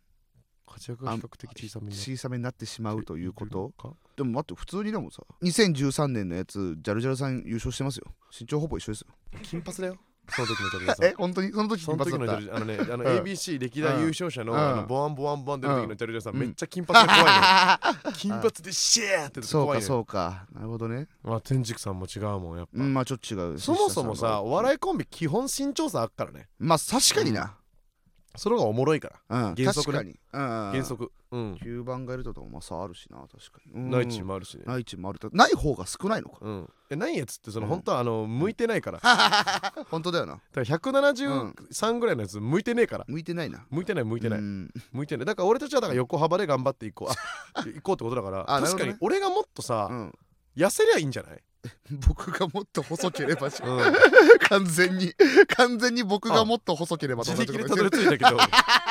S1: 活躍が比較的小さめになる
S2: 小さめになってしまうということ
S1: か
S2: でも待って普通にでもさ2013年のやつジャルジャルさん優勝してますよ身長ほぼ一緒ですよ
S1: 金髪だよその時のジャルジャルさん
S2: え本当にその
S1: (laughs)
S2: 時
S1: その時のジャルジャルあのねあの
S2: うん
S1: ABC 歴代優勝者の
S2: うん
S1: あのボワンボワンボワン出る時のジャルジャルさん
S2: うん
S1: めっちゃ金髪で怖いの
S2: (laughs)
S1: よ
S2: い
S1: 金髪でシェーって
S2: (laughs) そう
S1: 怖い
S2: か
S1: のよ
S2: そうかなるほどね
S1: まあ天竺さんも違うもんやっ
S2: う
S1: ぱ
S2: んまあちょっと違う
S1: そもそも
S2: シスター
S1: さ
S2: んの
S1: お笑いコンビ基本身長差あっからね
S2: まあ確かにな
S1: それがおもろいから
S2: うん
S1: 原則
S2: 確
S1: ね
S2: かに原
S1: 原則うん
S2: 9番がいるとともまあ差あるしな確かに
S1: 内地
S2: も
S1: もあるしね
S2: 内地もあるとない方が少ないのか
S1: うんえないやつってその
S2: うん
S1: 本当はあの向いてないから
S2: 本当だよな
S1: だから173ぐらいのやつ向いてねえから
S2: 向いてないな
S1: 向いてない向いてない
S2: うん
S1: 向いてないだから俺たちはだから横幅 (laughs) で頑張っていこうあ行こうってことだから
S2: あな
S1: 確
S2: るほ
S1: か
S2: どね
S1: に俺がもっとさ
S2: うん
S1: 痩せりゃいいんじゃない
S2: 僕がもっと細ければし
S1: うん
S2: 完
S1: (laughs)
S2: 全に完全に僕がもっと細ければと
S1: 自
S2: 同じ
S1: 力
S2: こ
S1: で
S2: と
S1: た
S2: して
S1: どり
S2: る
S1: 着いたけ
S2: (laughs)
S1: ど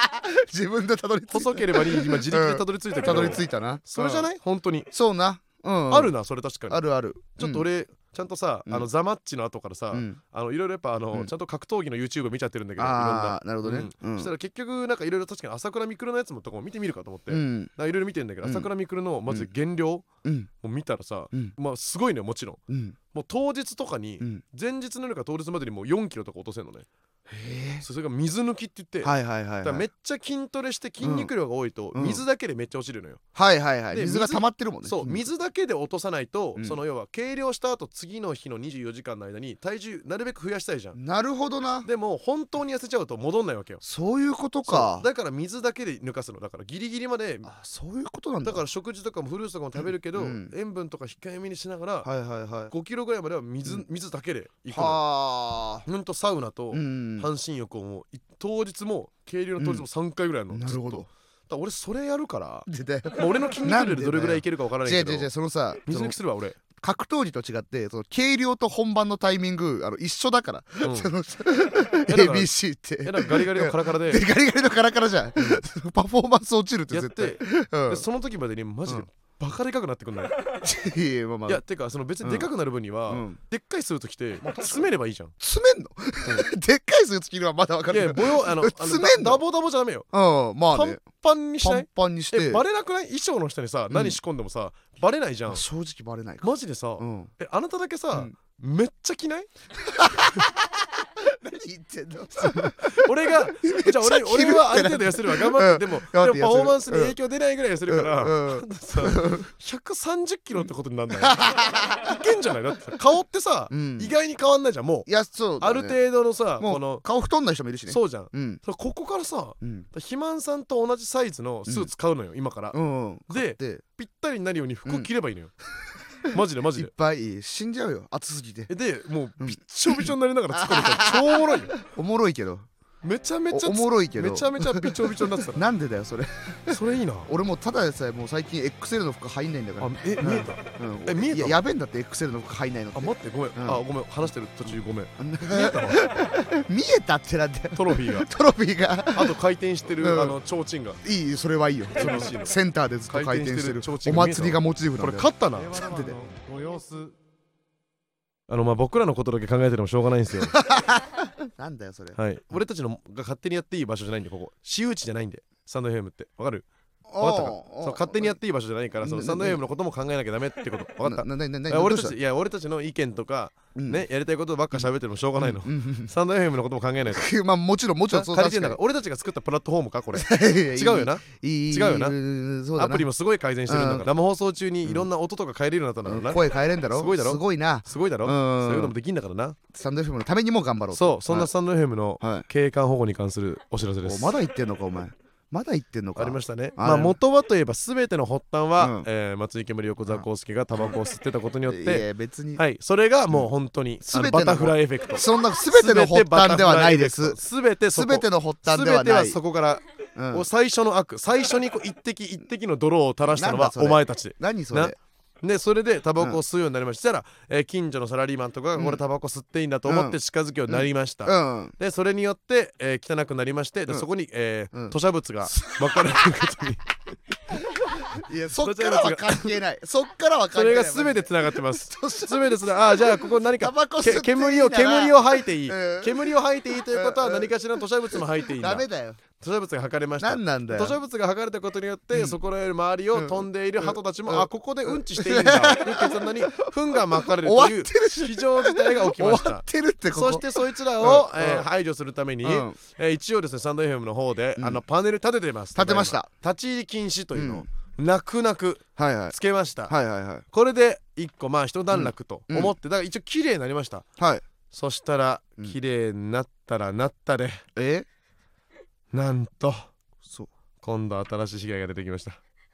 S2: 自分でたどり着い
S1: 細ければに今自力でたどり着いた
S2: た
S1: け
S2: た
S1: ど
S2: どり着いたな
S1: それじゃ
S2: い
S1: ない本当に
S2: そうなうん
S1: あるなそれ確かに
S2: あるある
S1: ちょっと俺ちゃんとさ
S2: うん
S1: あのザマッチの後からさ
S2: うん
S1: あのいろいろやっぱあの、
S2: うん
S1: ちゃんと格闘技の YouTube 見ちゃってるんだけどいろん
S2: あ
S1: な
S2: あなるほどねう
S1: そした
S2: ん
S1: ら結局なんかいろいろ確かに朝倉未来のやつもとかも見てみるかと思って
S2: う
S1: なん
S2: ん
S1: かいろいろ見てんだけど
S2: うん
S1: 朝倉未来のまず減量
S2: うん
S1: も見たらさ
S2: うん
S1: まあすごいねもちろん
S2: うん
S1: もう当日とかに
S2: うん
S1: 前日の夜から当日までにもう4キロとか落とせるのね
S2: へ
S1: それが水抜きって言って、
S2: えはいはいはい
S1: だから
S2: は
S1: め
S2: い
S1: っちゃ筋トレして筋肉量が多いと
S2: うん
S1: 水だけでめっちゃ落ちるのよ、
S2: はいはいはい
S1: で
S2: 水が溜まってるもんね
S1: そう水だけで落とさないと、
S2: うん
S1: その要は計量した後次の日の24時間の間に体重なるべく増やしたいじゃん
S2: なるほどな
S1: でも本当に痩せちゃうと戻んないわけよ
S2: そういうこと
S1: そ
S2: か
S1: うだから水だけで抜かすのだからギリギリまで
S2: あそういうことなんだ
S1: だから食事とかもフルーツとかも食べるけど、
S2: うん
S1: 塩分とか控えめにしながら、
S2: はいはいは
S1: 5キロぐらいまでは水,、
S2: うん
S1: 水だけでい
S2: い
S1: くの
S2: はあ
S1: ほんとサウナと
S2: うん
S1: 半身浴をもうい当日も計量の当日も3回ぐらいやるの、
S2: なるほ
S1: ずっとだか
S2: ど
S1: ら俺それやるから
S2: でで
S1: まあ俺の筋肉量でどれぐらいいけるかわからない
S2: 違
S1: け
S2: う
S1: ど
S2: 違う違うそのさ
S1: 水
S2: そ
S1: 抜
S2: の
S1: きするわ俺、
S2: 格闘技と違ってその軽量と本番のタイミングあの一緒だから
S1: うん
S2: その
S1: やだから
S2: ABC って
S1: えなんかガリガリのカラカラで
S2: でガリガリのカラカラじゃんその (laughs) パフォーマンス落ちるって
S1: やっ
S2: 絶対
S1: て
S2: うん
S1: でその時までにマジで
S2: うん
S1: バカでかくなってくんない、
S2: いやいやまあまあ
S1: いやてかその別にでかくなる分には、
S2: うん
S1: でっかいスーツ着て詰めればいいじゃん
S2: 詰めんの (laughs) でっかいスーツ着るはまだわか
S1: いやい
S2: る
S1: や
S2: け
S1: ぼよあのあ
S2: 詰めん
S1: ダ
S2: の
S1: ダボダボじゃダメよ
S2: どうんまあ
S1: パ
S2: ね
S1: ンパンにし
S2: パ
S1: ない
S2: ンパンにして
S1: えバレなくない衣装の下にさ
S2: うん
S1: 何仕込んでもさ、バレないじゃん
S2: 正直バレないか
S1: マジでさ、 (laughs)
S2: うん
S1: えあなただけさ、
S2: うん
S1: めっちゃ着ない
S2: 何言ってんの
S1: 俺が
S2: (laughs)
S1: じゃあ俺
S2: 着るって
S1: 俺はある程度痩せるわ頑張って、でも
S2: 頑張
S1: で
S2: っ
S1: も
S2: て痩せる
S1: パフォーマンスに影響出ないぐらい痩せるから、
S2: うんうん
S1: さ130キロってことに
S2: (laughs)
S1: なんないいけんじゃないだってさ顔ってさ、
S2: うん
S1: 意外に変わんないじゃんもう
S2: いやそうだ
S1: あ
S2: ね
S1: る程度のさ
S2: もう
S1: この
S2: 顔太んない人もいるしね
S1: そうじゃん
S2: うん
S1: そうここからさ
S2: うん
S1: 肥満さんと同じサイズのスーツ買うのよ、今から、
S2: うんうん
S1: で
S2: で
S1: ぴったりになるように服着ればいいのよ、 (laughs) マジでマ
S2: い
S1: ジ
S2: っ
S1: で
S2: ぱい死んじゃうよ暑すぎて
S1: えでもうびっちょびちょになりながら突っ込んでたら超おもろいよ
S2: おもろいけど
S1: めちゃめちゃ
S2: おおもろいけど
S1: めちゃめちゃびちょびちょになってた
S2: なんでだよそれ
S1: なそれいいな
S2: 俺もうただでさえもう最近 XL の服入んないんだから
S1: あえ見えた
S2: うん
S1: え見えた
S2: いややべえんだって XL の服入んないのって
S1: あ待ってごめん、
S2: うん
S1: あごめん話してる途中ごめん
S2: 見えたってなんて
S1: トロフィー (laughs) が
S2: トロフィーが
S1: あと回転してる、
S2: うん
S1: あの提灯が
S2: いいそれはいいよその
S1: 楽しいの
S2: センターでずっと回転して
S1: 回
S2: る
S1: 転して
S2: お
S1: る
S2: 祭りがモチーフな
S1: こ
S2: ん
S1: れ
S2: だよ
S1: 勝った (laughs) な
S2: なんでだよ
S1: あのまあ僕らのことだけ考えてるのもしょうがないんですよ (laughs)
S2: なんだよそれ
S1: はい俺たちのが勝手にやっていい場所じゃないんでここ私有地じゃないんでサンドヘムってわかるわかったか
S2: おうおう
S1: そう勝手にやっていい場所じゃないからその
S2: うん
S1: サンドヘムのことも考えなきゃダメってことわかった
S2: なななな
S1: え俺た
S2: どうし
S1: ちいや俺たちの意見とか
S2: うん
S1: ねやりたいことばっか喋ってるもしょうがないの
S2: うんうんうん
S1: サンドヘムのことも考えないと
S2: うん (laughs) まあもちろんもちろん
S1: 借りてんだからら俺たちが作ったプラットフォームかこれ
S2: (laughs)
S1: 違うよな
S2: 違
S1: 違うよな
S2: そうだ
S1: ア
S2: な
S1: プリもすごい改善してるんだか
S2: うん
S1: ら生放送中にいろんな音とか変えれるようになったんだ
S2: うん
S1: からな
S2: 声変えれんだろ
S1: すごいだろ
S2: すごいな
S1: すごいだろ
S2: うん
S1: そういうのもできんだからな
S2: サンド FM のためにも頑張ろう
S1: そうそんなサンドヘムの
S2: はい
S1: 景観保護に関するお知らせで
S2: お
S1: す
S2: まだ言ってんのかお前まだ言ってんのか
S1: ありましたね。
S2: あ
S1: まあ元はといえば全ての発端は、
S2: うん
S1: えー松井煙横澤康介がタバコを吸ってたことによっ
S2: い
S1: て、
S2: や別に
S1: はい、それがもう本当に、あの
S2: 全ての
S1: バタフライエフェクト。
S2: そんな全ての発端ではないです
S1: すべてそこ
S2: 全ての発端では
S1: 全て
S2: な
S1: はいそこから、
S2: うん
S1: お最初の悪最初にこう一滴一滴の泥を垂らしたの
S2: なんだ
S1: は
S2: それ
S1: お前たちで
S2: 何そ
S1: な
S2: れ
S1: でそれでタバコを吸うようになりましたら、えー近所のサラリーマンとかが
S2: うん
S1: これタバコ吸っていいんだと思って近づくようになりました、
S2: うん
S1: でそれによって、えー汚くなりましてで、そこに、えー
S2: うん
S1: 吐砂物がまかれる
S2: (laughs)
S1: ことに
S2: いやそっからは関係ないそっからは関
S1: そ
S2: 係
S1: れ
S2: な
S1: が
S2: い
S1: 全てつながってます
S2: そし
S1: 全てつなあーじゃあここ何
S2: タ
S1: か
S2: バコ吸っていい
S1: け煙を煙
S2: を
S1: を吐いていい
S2: うん
S1: 煙を吐いていいということは
S2: うん
S1: 何かしらの吐砂物も吐いていいんだ
S2: ダメ
S1: 吐
S2: だよ
S1: 砂物が吐かれました
S2: 何なんだ
S1: 吐砂
S2: よ
S1: 物が吐かれたことによってそこらへん周りを飛んでいる鳩たち
S2: う
S1: も
S2: ん
S1: あここでうんちしていいん
S2: (laughs)
S1: だ言ってそんなに糞がまかれると
S2: 終
S1: い
S2: わ
S1: う
S2: ってるし
S1: 非常事態が起き
S2: 終
S1: ま
S2: わ
S1: し
S2: ったてるってここ
S1: そしてそいつらを
S2: うん
S1: えー
S2: うん
S1: 排除するために
S2: うん
S1: えー一応ですねサンド FM の方で
S2: うん
S1: あのパネル立ててます
S2: 立てました
S1: 立ち入り禁止というのを泣く泣く
S2: はいはい
S1: つけました
S2: はいはいはい
S1: これで一個まあ一段落と思って、だから一応綺麗になりました
S2: はい
S1: そしたら
S2: うん
S1: 綺麗になったらなったで、
S2: え
S1: なんと
S2: そう
S1: 今度新しい被害が出てきました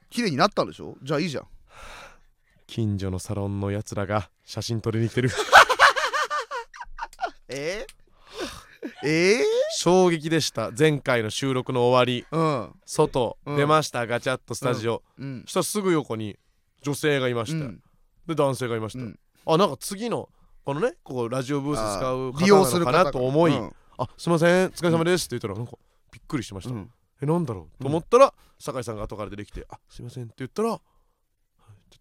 S2: 綺麗になったんでしょじゃあいいじゃん
S1: 近所のサロンのやつらが写真撮りに
S2: (laughs)
S1: 来てる
S2: え (laughs) え
S1: 衝撃でした前回の収録の終わり
S2: うん
S1: 外
S2: うん
S1: 出ました、ガチャッとスタジオ、
S2: うん
S1: そしたらすぐ横に女性がいました、
S2: うん
S1: で男性がいました、
S2: うん
S1: あなんか次のこのねここラジオブース使う
S2: あ利用
S1: 方
S2: す
S1: な
S2: る
S1: のか
S2: 方が
S1: なと思い、
S2: うん
S1: あすいませんお疲れ様ですって言ったらなんかびっくりしました、
S2: うん
S1: えなんだろうと思ったら、酒井さんが後から出てきて「あすいません」って言ったらはい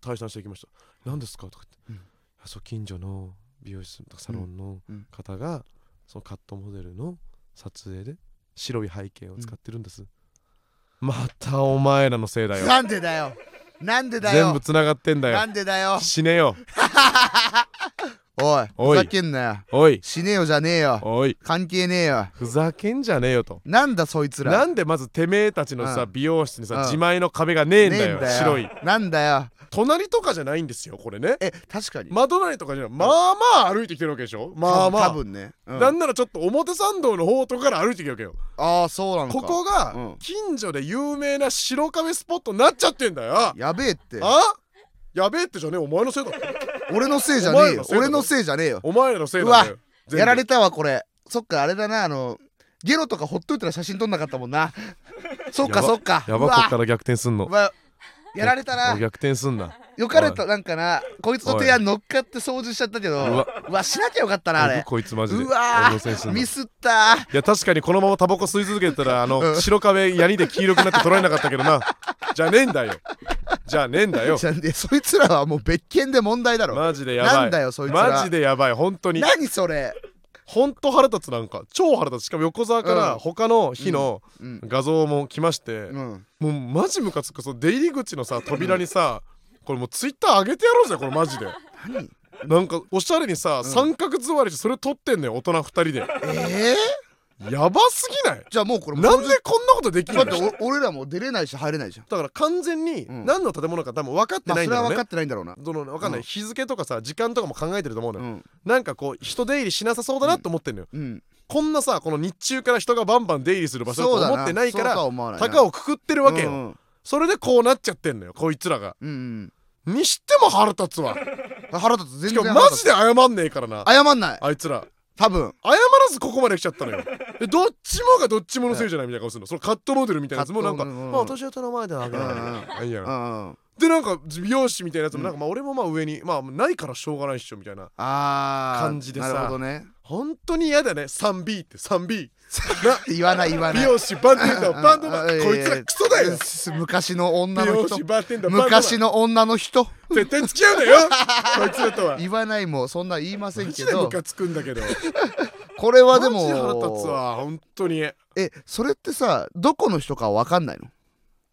S1: 退散していきました「何ですか?」とか
S2: う
S1: 言
S2: ん
S1: って、あそう近所の美容室とかサロンの
S2: うんうん
S1: 方が、そのカットモデルの撮影で白い背景を使ってるんです、またお前らのせいだよ
S2: なんでだよなんでだ
S1: 全
S2: よ
S1: 部つながってんだ
S2: な
S1: よ
S2: んでだよ
S1: 死ねよ
S2: おい
S1: お
S2: ふ
S1: い
S2: ざけんなよ
S1: おい
S2: 死ねよじゃねえよ
S1: おい
S2: 関係ねえよ
S1: ふざけんじゃねえよと
S2: なんだそいつら
S1: なんでまずてめえたちのさ、
S2: うん
S1: 美容室にさ、
S2: うん
S1: 自前の壁がねえんだ
S2: ねえ
S1: よ白い
S2: なんだよ
S1: 隣とかじゃないんですよこれね
S2: え確かに
S1: 窓なりとかじゃないまあまあ歩いてきてるわけでしょまあまあ
S2: 多分ねうん
S1: なんならちょっと表参道の方とかから歩いてきてるわけよ
S2: ああそうなのか
S1: ここが
S2: うん
S1: 近所で有名な白壁スポットになっちゃってんだよあ
S2: やべえって
S1: やべえってじゃねえお前のせいだろ
S2: 俺のせいじゃねえよ
S1: お前
S2: 俺の
S1: の
S2: せいじゃねえよ
S1: お前らのせいなんだよ全部
S2: やられたわこれそっかあれだなあのゲロとかほっといたら写真撮んなかったも
S1: (laughs)
S2: んなそっか
S1: やば
S2: そっか
S1: やば
S2: う
S1: こ
S2: わ
S1: っから逆転すんの
S2: うわやられたな
S1: お逆転すんな
S2: よかれとなんかなこいつの提案乗っかって掃除しちゃったけど
S1: うわ
S2: うわしなきゃよかったなあれ
S1: こいつマジで
S2: うわ
S1: 俺のせいにすんな
S2: ミスった
S1: いや確かにこのままタバコ吸い続けてたらあ
S2: う
S1: の
S2: ん
S1: 白壁槍で黄色くなって取られなかったけどなじゃねえんだよじゃねえんだよ
S2: じゃあねそいつらはもう別件で問題だろ、
S1: マジでやばい
S2: なんだよそいつら
S1: マジでやばい本当に
S2: 何それ、
S1: 本当腹立つなんか超腹立つしかも横澤か
S2: うん
S1: ら他の日の
S2: うん
S1: 画像も来まして、
S2: うん、
S1: もうマジムカつくその出入り口のさ扉にさこれもうツイッター上げてやろうぜこれマジで
S2: 何
S1: なんかおしゃれにさ、三角座りしてそれ撮ってんのよ大人二人で
S2: えー、
S1: やばすぎない
S2: じゃあもうこれ
S1: なんでこんなことでき
S2: だ
S1: る
S2: っ
S1: の
S2: てお俺らも出れないし入れないじゃん
S1: だから完全に
S2: うん
S1: 何の建物か多分分かって
S2: まあ
S1: ないん
S2: それ
S1: だろう
S2: は
S1: ね、
S2: 分かってないんだろうな、
S1: その分かんない、
S2: うん
S1: 日付とかさ時間とかも考えてると思うの
S2: う
S1: よ、
S2: ん
S1: なんかこう人出入りしなさそうだなと思ってんのよ、
S2: うん、
S1: こんなさこの日中から人がバンバン出入りする場所
S2: そう
S1: だ
S2: だ
S1: と思ってないから
S2: そう思わないな
S1: 高をくくってるわけよ、
S2: うんうん
S1: それでこうなっちゃってんのよこいつらが
S2: うん
S1: にしても腹立
S2: (laughs)
S1: つわ
S2: うん、腹立つ
S1: し
S2: 全
S1: か
S2: 然
S1: も
S2: 腹
S1: マ
S2: 立
S1: ジ
S2: つ
S1: で謝んねえからなあ
S2: 謝んない
S1: いつら
S2: 多分
S1: 謝らずここまで来ちゃったのよ (laughs) えどっちもがどっちものせいじゃないみたいな顔するのそのカットモデルみたいなやつもなんか
S2: カットモデル
S1: まあ年は取る前ではあげないあいいや
S2: うんうん
S1: でなんか美容師みたいなやつもなんかまあ俺もまあ上にまあないからしょうがないっしょみたいな
S2: あー
S1: 感じでさ
S2: なるほどね
S1: 本当に嫌だね 3B って 3B
S2: 言わない言わ
S1: 美
S2: ない
S1: 容師バーテンダーバンドマン
S2: うんうん
S1: こいつらクソだよ
S2: うん昔の女
S1: 美
S2: の
S1: 容
S2: 人
S1: 師バーテンダーバンドマン
S2: 昔の女の人
S1: 絶対付き合うな (laughs) よこいつらとは
S2: 言わないもうそんな言いません
S1: マ
S2: け
S1: ジで
S2: ど
S1: ムカつくんだけど
S2: これはで
S1: マジ腹立つ
S2: も
S1: わ本当に
S2: えそれってさどこの人かわかんないの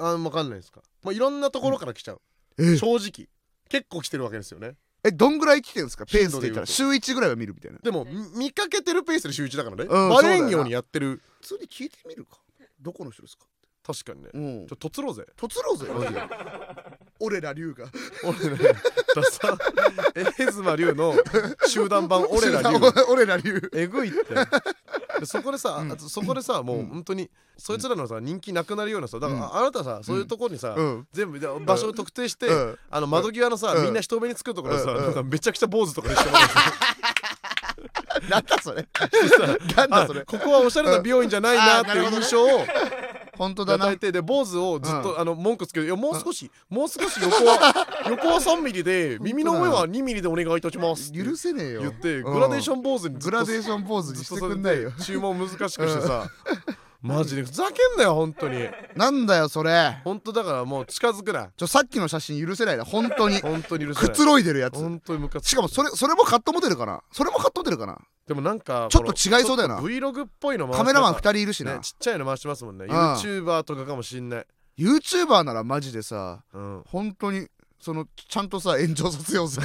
S1: あ分かんないですか、まあ、いろんなところから来ちゃう、
S2: え
S1: 正直結構来てるわけですよね
S2: えどんぐらい来てるんですかペースで言ったら
S1: 頻
S2: 週1ぐらいは見るみたいな
S1: でもみ見かけてるペースで週一だからね、
S2: うん
S1: バレんようにやってる
S2: 普通に聞いてみるかどこの人ですか
S1: 確かにね
S2: うん
S1: ちょっととつろうぜ
S2: とつろうぜ (laughs) 俺ら龍が
S1: 俺ねダサえヘズマ龍の集団版俺ら龍
S2: (laughs) 俺ら龍
S1: えぐいってでそこでさ、
S2: うん
S1: あとそこでさもう本当にそいつらのさ人気なくなるようなさだから、
S2: うん
S1: ああなたさそういうところにさ、
S2: うん
S1: 全部で場所を特定して、
S2: うん
S1: あの窓際のさ、
S2: うん
S1: みんな人目につくところさ、
S2: うん
S1: なんかめちゃくちゃ坊主とかにしてもらう
S2: なんだ (laughs) それなんだ
S1: あ
S2: それ
S1: ここはおしゃれな美容院じゃないなってい
S2: あーなるほ
S1: う
S2: どね
S1: 印象を
S2: 本当だ
S1: 与
S2: な
S1: えてで坊主をずっと、
S2: う
S1: あの文句つけて「いやもう少し、もう少し横は横は3ミリで耳の上は2ミリでお願いいたします」
S2: 許せねえよ
S1: 言ってグラデーショ
S2: ン
S1: ン坊主にず
S2: グ
S1: っと
S2: ラデーションポーズにしてくんないよ
S1: ずっと (laughs) それで注文難しくして
S2: (laughs)
S1: さ、マジでふざけんなよ本当に
S2: なんだよそれ
S1: 本当だからもう近づくな
S2: ちょさっきの写 (laughs) 真許せないな本当に
S1: 本当に許せ
S2: く
S1: ない
S2: つろいでるやつ
S1: 本当にムカつく
S2: しかもそれそれもカットモデルかなそれもカットモデルかな
S1: でもなんか
S2: ちょっと違いそうだよな
S1: ちょっと Vlog っぽいの回し
S2: カメラマン2
S1: なんか
S2: 人いるしな、
S1: ねちっちゃいの回してますもんね
S2: ん
S1: YouTuber とかかもしんない
S2: YouTuber ならマジでさ
S1: うん
S2: 本当にそのちゃんとさ炎上させよう
S1: (laughs)
S2: ぜ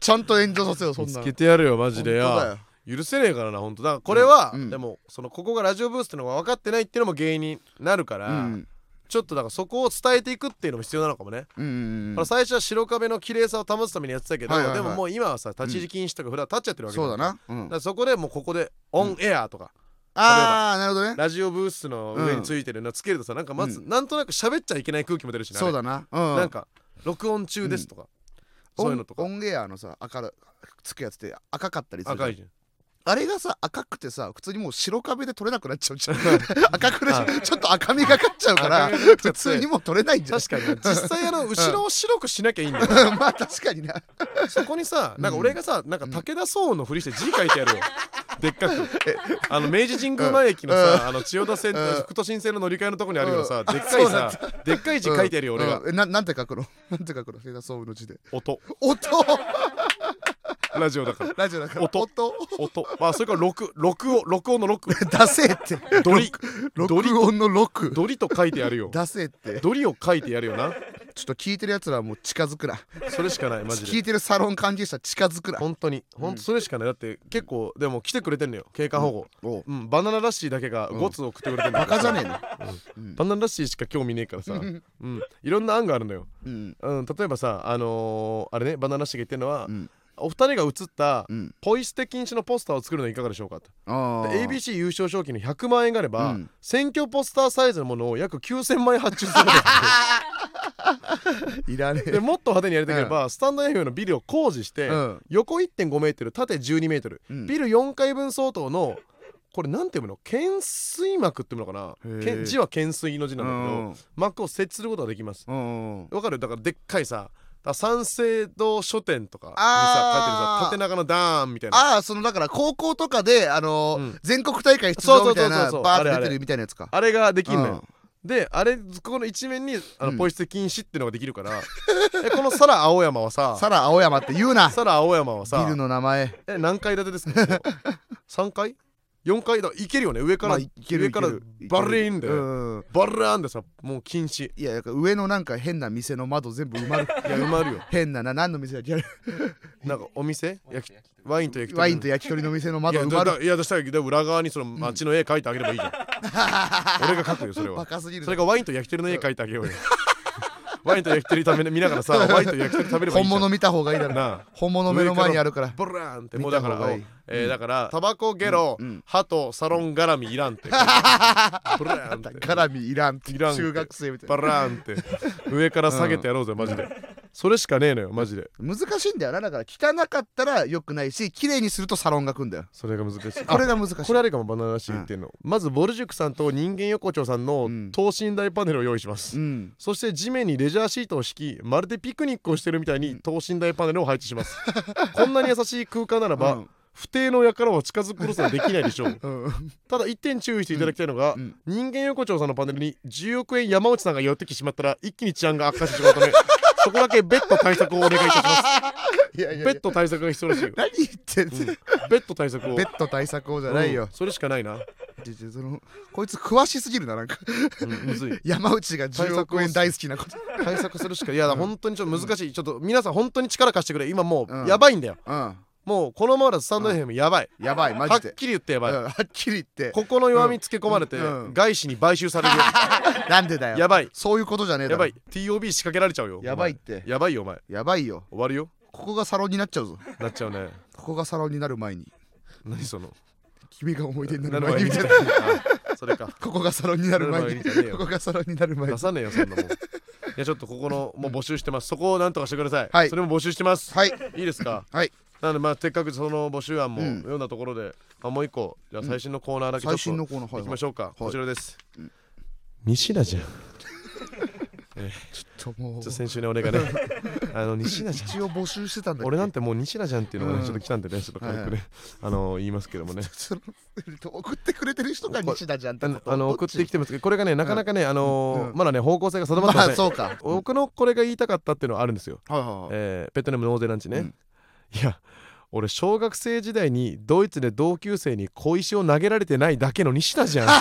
S2: ちゃんと炎上させようそん
S1: 見つ
S2: なの
S1: けてやるよマジで
S2: 本当だ
S1: よ
S2: よ
S1: 許せねえからな本当だからこれは、
S2: うんうん
S1: でもそのここがラジオブースってのが分かってないっていうのも原因になるから、
S2: うん
S1: ちょっとだからそこを伝えていくっていうのも必要なのかもね、
S2: うんうん
S1: ほら最初は白壁の綺麗さを保つためにやってたけど、
S2: はいはいはい
S1: でももう今はさ立ち入り禁止とか普段立っちゃってるわけ
S2: そうだ
S1: から
S2: な、うん
S1: だからそこでもうここでオンエアとか、
S2: ああなるほどね
S1: ラジオブースの上についてるのつけるとさ、なんかまず
S2: う
S1: なんとなく喋っちゃいけない空気も出るしな
S2: そうだなうん
S1: なんか録音中ですとか、
S2: オ
S1: そういう
S2: ン
S1: のとか
S2: オンエアのさ赤つくやつって赤かったりする
S1: 赤いじゃん
S2: あれがさ赤くてさ普通にもう白壁で取れなくなっちゃ
S1: (laughs)
S2: うじゃん赤くなっちゃうちょっと赤みがかっちゃうから
S1: 赤みがかっちゃって
S2: 普通にもう取れないんじゃん
S1: 確かにね実際あの後ろを白くしなきゃいいんだよ
S2: (laughs) まあ確かにな
S1: そこにさなんか俺がさなんか武田総のふりして字書いてやる
S2: (laughs)
S1: よでっかくあの明治神宮前駅のさ、あの千代田線と
S2: うん
S1: 副都心線の乗り換えのとこにあるようなさ、
S2: うん
S1: でっかい
S2: そうなん
S1: さでっかい字書いてやるよ俺が、
S2: うんえななんて書くの (laughs) なんて書くのセイダソウの字で
S1: 音
S2: 音
S1: ラジオだから
S2: ラジオだから
S1: 音
S2: 音
S1: 音まあそれから録録音録音の
S2: (laughs)
S1: 録
S2: ダセえって
S1: ドリ
S2: 録
S1: ドリ
S2: 音の録
S1: ドリと書いてやるよ
S2: ダセえってちょ
S1: ドリを書いてやるよな
S2: っと聞いてるやつらはもう近づくな
S1: それしかないマジ
S2: 聞
S1: で
S2: いてるサロン関係者近づくな
S1: 本当に本当それしかないだって結構でも来てくれてんのよ警官保護、
S2: おう
S1: うんバナナラッシーだけが5つ送ってくれてんの
S2: バカじゃねえの
S1: バナナラッシーしか興味ねえからさ、
S2: うん
S1: うん、いろんな案があるのよ、
S2: うん
S1: うん、例えばさあのーあれねバナナラッシーが言ってるのは、
S2: うん
S1: お二人が写った
S2: うん
S1: ポイ捨て禁止のポスターを作るのはいかがでしょうかと
S2: あ
S1: で
S2: ー
S1: ABC 優勝賞金の100万円があれば、
S2: うん
S1: 選挙ポスターサイズのものを約9000枚発注することができ
S2: (laughs)
S1: る
S2: いらねえ
S1: でもっと派手にやりたければ、スタンド FM のビルを工事して、
S2: うん
S1: 横1.5メートル縦12メートル、
S2: うん
S1: ビル4階分相当のこれなんて読むの懸垂膜って読むのか
S2: へ
S1: な
S2: え
S1: けん字は懸垂の字なんだけど、膜を設置することができます
S2: うんうん
S1: わかるだからでっかいさだから三省堂書店とかに
S2: あー
S1: さ書いてるさ縦長のダーンみたいな
S2: ああそのだから高校とかであのー
S1: うん
S2: 全国大会出場みたい
S1: そうそうそう
S2: な
S1: そう
S2: バー
S1: あれ
S2: ッ
S1: あ
S2: て
S1: れ
S2: 出てるみたいなやつか
S1: あれができるの
S2: うん
S1: よであれここの一面にあ
S2: う
S1: の
S2: ん
S1: ポイ捨て禁止ってのができるから (laughs) えこのサラ青山はさ
S2: サラ青山って言うな
S1: サラ青山は
S2: ビル
S1: さ
S2: の名前
S1: え何階建てですかここ三階四階だいけるよね上から
S2: まあいける
S1: 上から
S2: いける
S1: バリーンで
S2: うん
S1: バラーンでさもう禁止
S2: いやだから上のなんか変な店の窓全部埋まる
S1: いや埋まる
S2: (laughs)
S1: よ
S2: 変なな何の店だっけあれ
S1: なんかお店
S2: (laughs)
S1: 焼きワインと焼き鳥
S2: ワインと焼き鳥の店の
S1: い
S2: 窓
S1: や
S2: 埋ま
S1: だ
S2: る
S1: だいやだしたらで裏側にその街の絵描いてあげればいいじ
S2: (laughs)
S1: ゃん俺が描くよそれは
S2: バカすぎる
S1: それがワインと焼き鳥の絵描いてあげようよ。ワインと焼き鳥食べ見なが
S2: (laughs)
S1: らさ、ワインと焼き鳥食べればいい
S2: 本
S1: じゃん。
S2: 物見た方がいいだろ
S1: なあ。
S2: 本物目の前にあるから
S1: ブラーンってもうだか
S2: 見た方
S1: ら
S2: がいい
S1: えーだからタバコゲロ、
S2: うんうん
S1: 歯とサロン絡みいらん
S2: (laughs)
S1: って。ブラーンって。
S2: 絡みいらんって
S1: いらんって
S2: 中学生みたい
S1: バ
S2: な
S1: ラーンって上から下げてやろうぜマジ
S2: (laughs)
S1: で。それしかねえのよマジで。
S2: 難しいんだよなだから汚かったら良くないし綺麗にするとサロンが来んだよ
S1: それが難しい。
S2: これ
S1: あ
S2: が難しい
S1: これあれかもバナナらしいっていうの。まずボルジュクさんと人間横丁さんの
S2: うん
S1: 等身大パネルを用意します。
S2: うん
S1: そして地面にレジャーシートを敷きまるでピクニックをしてるみたいに等身大パネルを配置します
S2: (laughs)
S1: こんなに優しい空間ならば、
S2: うん
S1: 不定の輩は近づくことすらできないでしょ
S2: (laughs)
S1: う
S2: うん
S1: ただ一点注意していただきたいのが、
S2: うん
S1: 人間横丁さんのパネルに10億円山内さんが寄ってきてしまったら一気に治安が悪化してしまうた
S2: (laughs)
S1: めそこだけ別途対策をお願いいたします
S2: いやいやいや
S1: 別途対策が必要らしいよ
S2: 何言ってんの
S1: 別途対策を
S2: ベッド対策をじゃないよ
S1: うんそれしかないな、う
S2: ちょちょそのこいつ詳しすぎるななんか
S1: んむずい
S2: 山内が10億円大好きなこと
S1: 対策するしかいやだ本当にちょっと難しい、ちょっと皆さん本当に力貸してくれ今も
S2: うん
S1: うやばいんだよ、
S2: うん
S1: もうこのままだとスタンド FM やばい、
S2: やばいマ
S1: は
S2: ジ
S1: っ
S2: で
S1: きり言ってやばい、
S2: うんはっきり言って
S1: ここの弱みつけ込まれて、
S2: うんうん
S1: 外資に買収されるよ
S2: (laughs) なんでだよ
S1: やばい
S2: そういうことじゃねえだ
S1: や
S2: ろ
S1: ばい TOB 仕掛けられちゃうよ
S2: やばいって
S1: お前やばいよお前
S2: やばいよ
S1: 終わるよ
S2: ここがサロンになっちゃうぞ
S1: なっちゃうね
S2: ここがサロンになる前に
S1: 何そ
S2: (laughs)
S1: の
S2: 君が思い出に
S1: な
S2: なる
S1: る
S2: 前
S1: 前
S2: に
S1: に
S2: みたいな
S1: あそれか
S2: (laughs) ここがサロンになる前に
S1: なる前にじゃねえよ
S2: ここがサロンになる前に
S1: 出さねえよそんな
S2: (laughs)
S1: もんいやちょっとここのもう募集してますそこをなんとかしてください、
S2: はい
S1: それも募集してます、
S2: はい
S1: い、いですか
S2: はい
S1: なのでまあせっかくその募集案も
S2: うん
S1: 読んだところで、あもう一個じゃあ最新のコーナーだけちょっ
S2: 最
S1: と
S2: 新のコーナーはいい
S1: きましょうか、こちらです、西田じゃん
S2: ちょっともう
S1: ちょ先週ね俺が
S2: (laughs)
S1: ねあの西田じゃん
S2: 一応募集してたんだけど
S1: 俺なんてもう西田じゃんっていうのが
S2: うん
S1: ねちょっと来たんでねちょっと軽く
S2: はい
S1: ねあの言いますけどもね
S2: その送ってくれてる人が西田じゃんって
S1: あ
S2: こ
S1: の
S2: と
S1: あの送ってきてますけどこれがねなかなかねあの
S2: うん
S1: ーまだね方向性が定ま
S2: ま
S1: ってま
S2: あ
S1: せん
S2: そうかはい
S1: 僕のこれが言いたかったっていうのはあるんですよ
S2: はいはい
S1: えーペットネームノーゼランチ
S2: う
S1: ね
S2: ん
S1: いや俺小学生時代にドイツで同級生に小石を投げられてないだけの西田じゃ
S2: (laughs)
S1: ん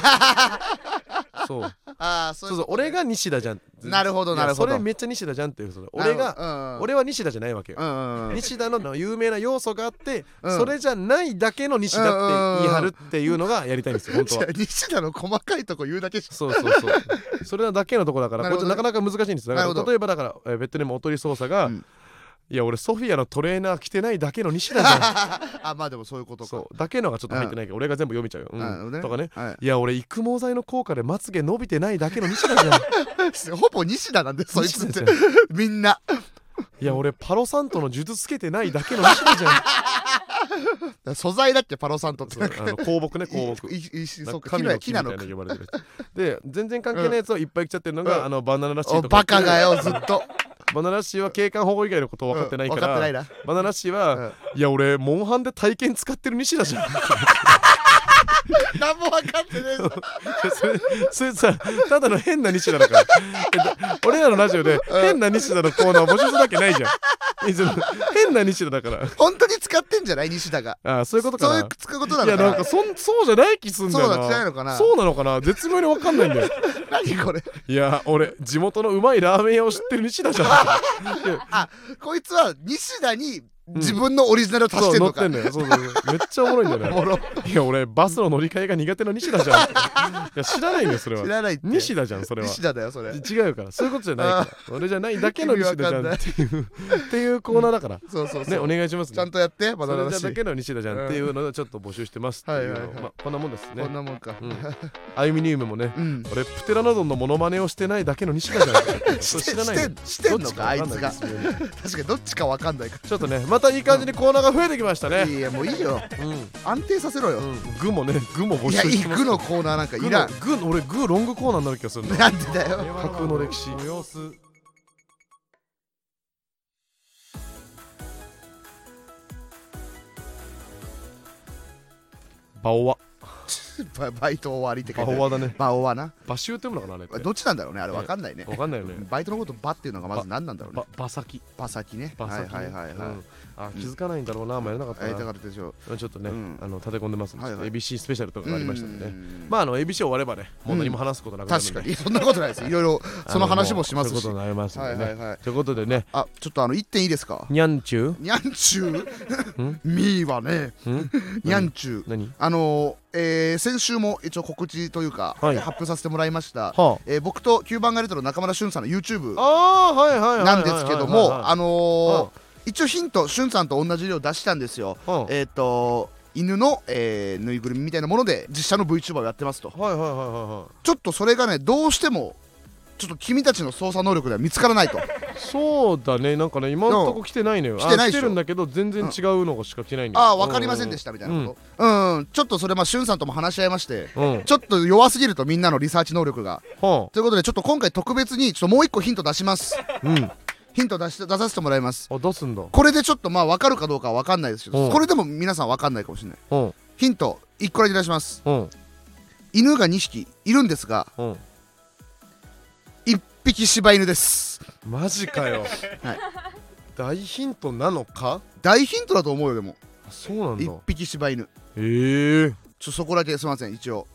S1: そう
S2: ああそ
S1: そう
S2: う
S1: そう俺が西田じゃん
S2: なるほど
S1: いや
S2: なるほど
S1: それめっちゃ西田じゃんっていうその俺が
S2: が
S1: 俺は西田じゃないわけよ
S2: うんうんうん
S1: 西田の有名な要素があって、
S2: うん
S1: それじゃないだけの西田って言い張るっていうのがやりたいんですよ本当
S2: じゃ
S1: は
S2: あ。 (laughs) 西田の細かいとこ言うだけし
S1: そうそうそうそれだけのとこだから
S2: な
S1: な,、
S2: る
S1: こ
S2: ほ
S1: れ
S2: どね
S1: なかなか難しいんですよだ
S2: なる
S1: から
S2: ほど
S1: 例えばだから、えーベッドネームおとり捜査が、
S2: うん
S1: いや俺ソフィアのトレーナー着てないだけの西田じゃ
S2: あまあでも (laughs) そういうこと
S1: ん
S2: か
S1: そうだけのがちょっと入ってないけど、俺が全部読めちゃうよ、うん
S2: なるほどね
S1: とかね
S2: はい (laughs)
S1: や俺育毛剤の効果でまつげ伸びてないだけの西田
S2: (laughs)
S1: じゃん
S2: いほぼ西田なんでそいつっ
S1: 西
S2: て
S1: 田じゃ
S2: (laughs) みんない (laughs)
S1: や俺パロサントの術つけてないだけの西田じゃん
S2: ら素材だってパロさんとって
S1: そうあの香木ね香木
S2: いいいそ
S1: なん
S2: う
S1: か
S2: か木
S1: 神
S2: の
S1: の
S2: 木
S1: 木
S2: な
S1: み
S2: の
S1: た
S2: か
S1: いな呼ばれてるやつで全然関係ないやつをいっぱい来ちゃってるの
S2: うん
S1: があのバナナらしい
S2: お
S1: とか
S2: バカがよずっと
S1: バナナらしいは景観保護以外のこと分かってないか
S2: うん分かってない
S1: ら
S2: な
S1: バナナらしいは「いや俺モンハンで体験使ってる西田じゃん」
S2: (laughs)
S1: (laughs)
S2: 何も分かってねえぞ
S1: それそれさただの変な西田だからえだ俺らのラジオで変な西田のコーナー募集するわけないじゃんいつも変な西田だから
S2: 本当に使ってんじゃない西田が
S1: あそういうことか
S2: そうい
S1: な
S2: う使うことない
S1: や
S2: の
S1: なん
S2: か
S1: かそんそうじゃない気すんだよな
S2: そうなんじゃないのかな
S1: そうなのかな絶妙に分かんないんだよ
S2: な何これ
S1: いや俺地元のうまいラーメン屋を知ってる西田じゃ
S2: あこいつは西田に自分のオリジナルを
S1: ん
S2: 足し
S1: そ
S2: て
S1: うん乗
S2: の
S1: っ
S2: か、
S1: てんだよそうそうそうめっちゃおもろいんだよね
S2: おもろ
S1: いや俺バスの乗り換えが苦手な西田じ
S2: (laughs)
S1: ゃんいや知らないよそれ
S2: 知
S1: は
S2: らないって
S1: 西田じゃんそれは
S2: 西田だよそれ
S1: 違うからそういうことじゃないから俺じゃないだけの西田じゃんっていうっていうコーナーだから
S2: そうそうそう、
S1: ねお願いします
S2: ちゃん
S1: ね
S2: とやってバ
S1: そ
S2: ナナ
S1: れ
S2: ら
S1: じゃ
S2: しい
S1: だけの西田じゃんっていうのをちょっと募集してますっていう
S2: はいはいは
S1: の
S2: い
S1: まあこんなもんです
S2: こん
S1: ね
S2: なもんか
S1: うんアルミニウムもね
S2: うん
S1: 俺プテラノドンのモノマネをしてないだけの西田
S2: (laughs)
S1: じゃんそれ知らない
S2: してしてんのかあい
S1: ど
S2: つ
S1: っ
S2: が
S1: ちわかんないですよね
S2: 確かにどっちか分かんないか
S1: ちょっとねまたいい感じにコーナーが増えてきました
S2: ら
S1: ね
S2: いやもういいよ
S1: うん
S2: 安定させろよ、
S1: うん具もね (laughs) 具も募
S2: いや
S1: 集
S2: いい
S1: してます
S2: 句のコーナーなんかい
S1: 具
S2: ら
S1: の
S2: ん
S1: 具俺具ロングコーナーになる気がするんだよ
S2: なんでだよ
S1: 架空の歴史様子バオワ
S2: ババイト終わりって書
S1: バ
S2: いてあ
S1: オ
S2: る
S1: ワ
S2: (laughs)
S1: だね
S2: バオワな
S1: バシューって読むのかなあれって
S2: どっちなんだろうねあれ分かんないね
S1: わかんないよね
S2: バイトのことバっていうのがまず何なんだろうね
S1: ババサキ
S2: バサキね
S1: バサキね
S2: はいはいはいはい、
S1: うんあ気づかないんだろうなまあやらなか
S2: え
S1: っ
S2: ー
S1: た
S2: だ
S1: な
S2: からでしょ
S1: ちょっとね
S2: うん
S1: あの立て込んでますんで
S2: はいはい
S1: ABC スペシャルとかがありましたんで
S2: う
S1: ね
S2: ん
S1: まああの ABC 終わればねもう何も話すことなくなるんで
S2: 確かにそんなことないですいろいろ
S1: あの
S2: その話もします
S1: そういう
S2: し
S1: ことになりますんで
S2: はいはいは
S1: ね
S2: い
S1: ということでね
S2: あちょっとあの1点いいですか
S1: にゃんちゅ
S2: にゃんちゅうみーはね
S1: ううん
S2: にゃんちゅう
S1: 何
S2: あのーえー先週も一応告知というか、
S1: はい
S2: えー発表させてもらいました、
S1: は
S2: えー僕と9番ガレットの中村俊さんの YouTube
S1: ああーはいはいはいはい
S2: なんですけ
S1: はいはいは
S2: ど
S1: い
S2: もあのー
S1: うん
S2: 一応ヒント俊さんと同じ量出したんですよ、
S1: うん
S2: えっ、と犬の、えーぬいぐるみみたいなもので実写の VTuber をやってますと
S1: はいはいはいは
S2: ちょっとそれがねどうしてもちょっと君たちの操作能力では見つからないと
S1: いはいそうだねなんかね今んとこ来てないのよ
S2: 来てな
S1: あ
S2: いでしょ
S1: 来てるんだけど全然違うのがしか来てないんだよ
S2: ああ分かりませんでしたみたいなことうん、うん、ちょっとそれまあ俊さんとも話し合いまして
S1: うんは
S2: ちょっと弱すぎるとみんなのリサーチ能力が
S1: あ
S2: ということでちょっと今回特別にちょっともう一個ヒント出します
S1: うん
S2: ヒント出して出させてもらいます
S1: あ出すんだ
S2: これでちょっとまあ分かるかどうかは分かんないですけ
S1: う
S2: ど
S1: ん
S2: これでも皆さん分かんないかもしれない
S1: うん
S2: ヒント1個だけ出します
S1: うん
S2: 犬が2匹いるんですが
S1: うん
S2: 1匹柴犬です
S1: マジかよ
S2: はい
S1: 大ヒントなのか
S2: 大ヒントだと思うよでも
S1: あそうなんだ
S2: 1匹柴犬
S1: ええ
S2: ちょそこだけすいません一応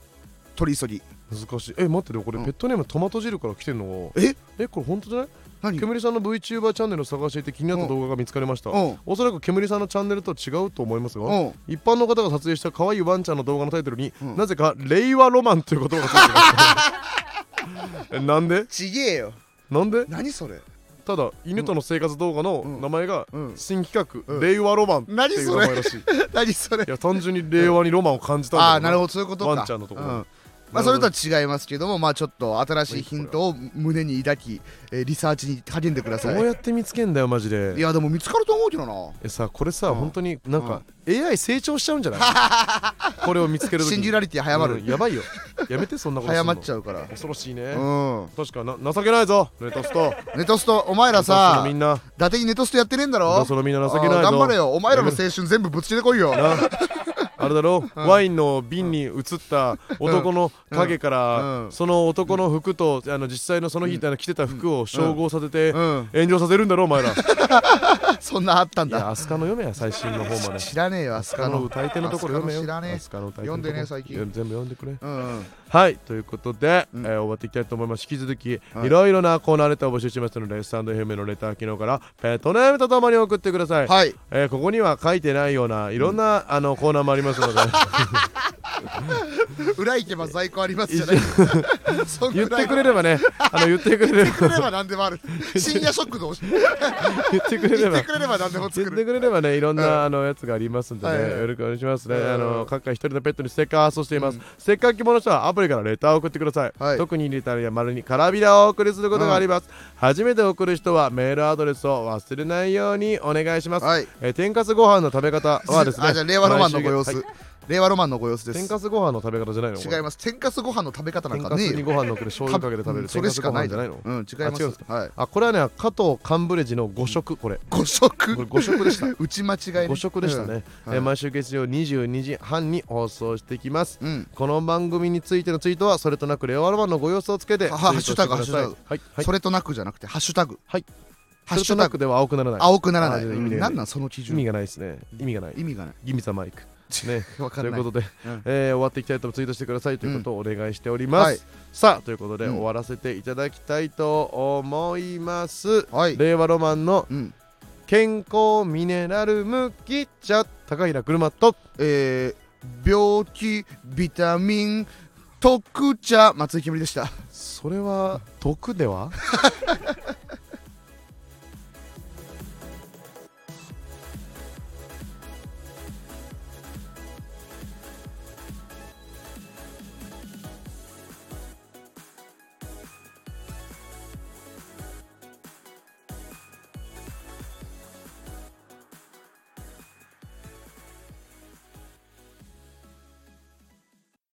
S2: 取り急ぎ
S1: 難しいえ待ってねこれ
S2: うん
S1: ペットネームトマト汁から来てるのが
S2: え
S1: えこれ本当じゃない
S2: 何
S1: 煙さんの VTuber チャンネルを探していて気になった動画が見つかりました
S2: うん
S1: おそらく煙さんのチャンネルとは違うと思いますが
S2: うん
S1: 一般の方が撮影した可愛いワンちゃんの動画のタイトルに、
S2: うん
S1: なぜか「令和ロマン」という言葉がつい
S2: (laughs)
S1: てるえなんで
S2: ちげえよ
S1: なんで
S2: 何それ
S1: ただ犬との生活動画の
S2: うん
S1: 名前が
S2: うん
S1: 新企画「
S2: うん
S1: 令和ロマン」って
S2: 何
S1: いう
S2: そ
S1: 名
S2: れ
S1: 前らしいい
S2: (laughs) 何それ
S1: や単純に令和にロマンを感じたんだ
S2: ああなる
S1: ほ
S2: ほどそういうことか
S1: ワンちゃんのところ
S2: うんまあそれとは違いますけどもまあちょっと新しいヒントを胸に抱きえーリサーチに励んでください
S1: どうやって見つけんだよマジ
S2: い
S1: で
S2: やでも見つかると思うけどな
S1: えさこれさ、
S2: うん
S1: 本当になんか、AI 成長しちゃ
S2: (laughs)
S1: うんじゃないこれを見つけるとき
S2: シンジュラリティ早まる、
S1: やばいよやめてそんなこと
S2: 早まっち
S1: ゃ
S2: ゃうから
S1: 恐ろしいうね、
S2: ん
S1: 確かな情けないぞネトスト
S2: ネトストお前
S1: ネ
S2: ら
S1: トスト
S2: さ
S1: のみん
S2: 伊
S1: な
S2: 達にネトストやってねえんだろ
S1: だそのみんな情けない
S2: あ
S1: ぞ
S2: ー頑張れよお前らの青春全部ぶつけてこいよ
S1: なあれだろ、ワインの瓶に映った男の影から、
S2: うんうん
S1: その男の服とあの実際のその日、あの着てた服を照合させて、
S2: うん
S1: 炎上させるんだろお前らい
S2: そんなあったん
S1: や
S2: だ
S1: アスカの嫁や最新の方まで
S2: 知らねえよア
S1: ア
S2: ス
S1: ス
S2: カ
S1: カの
S2: の
S1: 歌い手のところ読めよ
S2: アスカの知らねえ
S1: アスカの歌い手の
S2: 読んでねえ
S1: ところ
S2: 最近
S1: いや全部読んでくれ
S2: うんうん
S1: はいということで、
S2: うん
S1: えー終わっていきたいと思います引き続き、
S2: はい
S1: い、ろいろなコーナーレターを募集しますのでスタンド FM のレター機能からペットネームとともに送ってください、
S2: はい
S1: えー
S2: (laughs)
S1: ここには書いてないようないろんな、あのコーナーもありますので
S2: 裏行けば在庫ありますじゃない
S1: 一
S2: そん
S1: 言
S2: ぐ
S1: っ
S2: らい
S1: てくれればねあの言ってくれれ
S2: 言ってく
S1: ば
S2: れれば何でもある深夜食堂
S1: 言ってくれれ
S2: 言っ
S1: ば
S2: てくれれば何でも作
S1: 言っ
S2: る
S1: てくれればねいろん
S2: うん
S1: なあのやつがありますんで
S2: はい
S1: ね
S2: はい
S1: よろしくお願いしますね
S2: うん
S1: あの各界一人のペットにステッカー発送しています
S2: うん
S1: ステッカー希望の人はアプリからレターを送ってくださ
S2: はい
S1: い特にレターや丸にカラビナをお送りすることがあります初めて送る人はメールアドレスを忘れないようにお願いします
S2: はい
S1: えー天かすご飯の食べ方はですね
S2: あじゃあ令和ロマンのご
S1: 毎
S2: 様
S1: 週
S2: 子
S1: はい
S2: 令和ロマンのご様子で
S1: 天
S2: す
S1: かすご飯の食べ方じゃないのこれ
S2: 違います天かすご飯の食べ方なん
S1: 天
S2: か
S1: か
S2: ね
S1: す
S2: え
S1: に
S2: よ
S1: ご飯のくる醤油かけて食べ
S2: うん
S1: る
S2: そ
S1: 天
S2: れ
S1: か
S2: し
S1: す
S2: か
S1: ご
S2: な
S1: 飯
S2: い
S1: じ
S2: だ
S1: ゃ
S2: ろ
S1: ないの
S2: うん違いま
S1: あ違う
S2: す
S1: んです
S2: はい
S1: あこれはね加藤カンブレジの5食これ
S2: 五色
S1: これ5食でした
S2: 打ち間違いね
S1: 5食でしたね、
S2: うん
S1: えー
S2: はい
S1: 毎週月曜22時半に放送していきます
S2: うん
S1: この番組についてのツイートはそれとなくレオアロマンのご様子をつけて
S2: は
S1: ツイート
S2: ハッシュタグ
S1: してください
S2: ハッシュ
S1: はいはい
S2: それとなくじゃなくてハッシュタグ
S1: はい
S2: ハ
S1: ハッ
S2: ッシ
S1: シ
S2: ュ
S1: ュ
S2: タ
S1: タ
S2: グ
S1: グでは青くならない
S2: 青くならない
S1: あ意味ない
S2: なんなんその基
S1: 意味
S2: 準
S1: がないですね意味がない
S2: 意味がない
S1: ギミザマイクね
S2: わか
S1: とい
S2: ん
S1: う
S2: ない
S1: ことで、
S2: うん
S1: えー終わっていきたいとツイートしてくださいということをお願いしております、
S2: はい
S1: さあということで、
S2: うん
S1: 終わらせていただきたいと思います、
S2: はい
S1: 令和ロマンの
S2: うん
S1: 健康ミネラル麦茶高平車と
S2: えー病気ビタミン特茶松井けむりでした
S1: それは毒では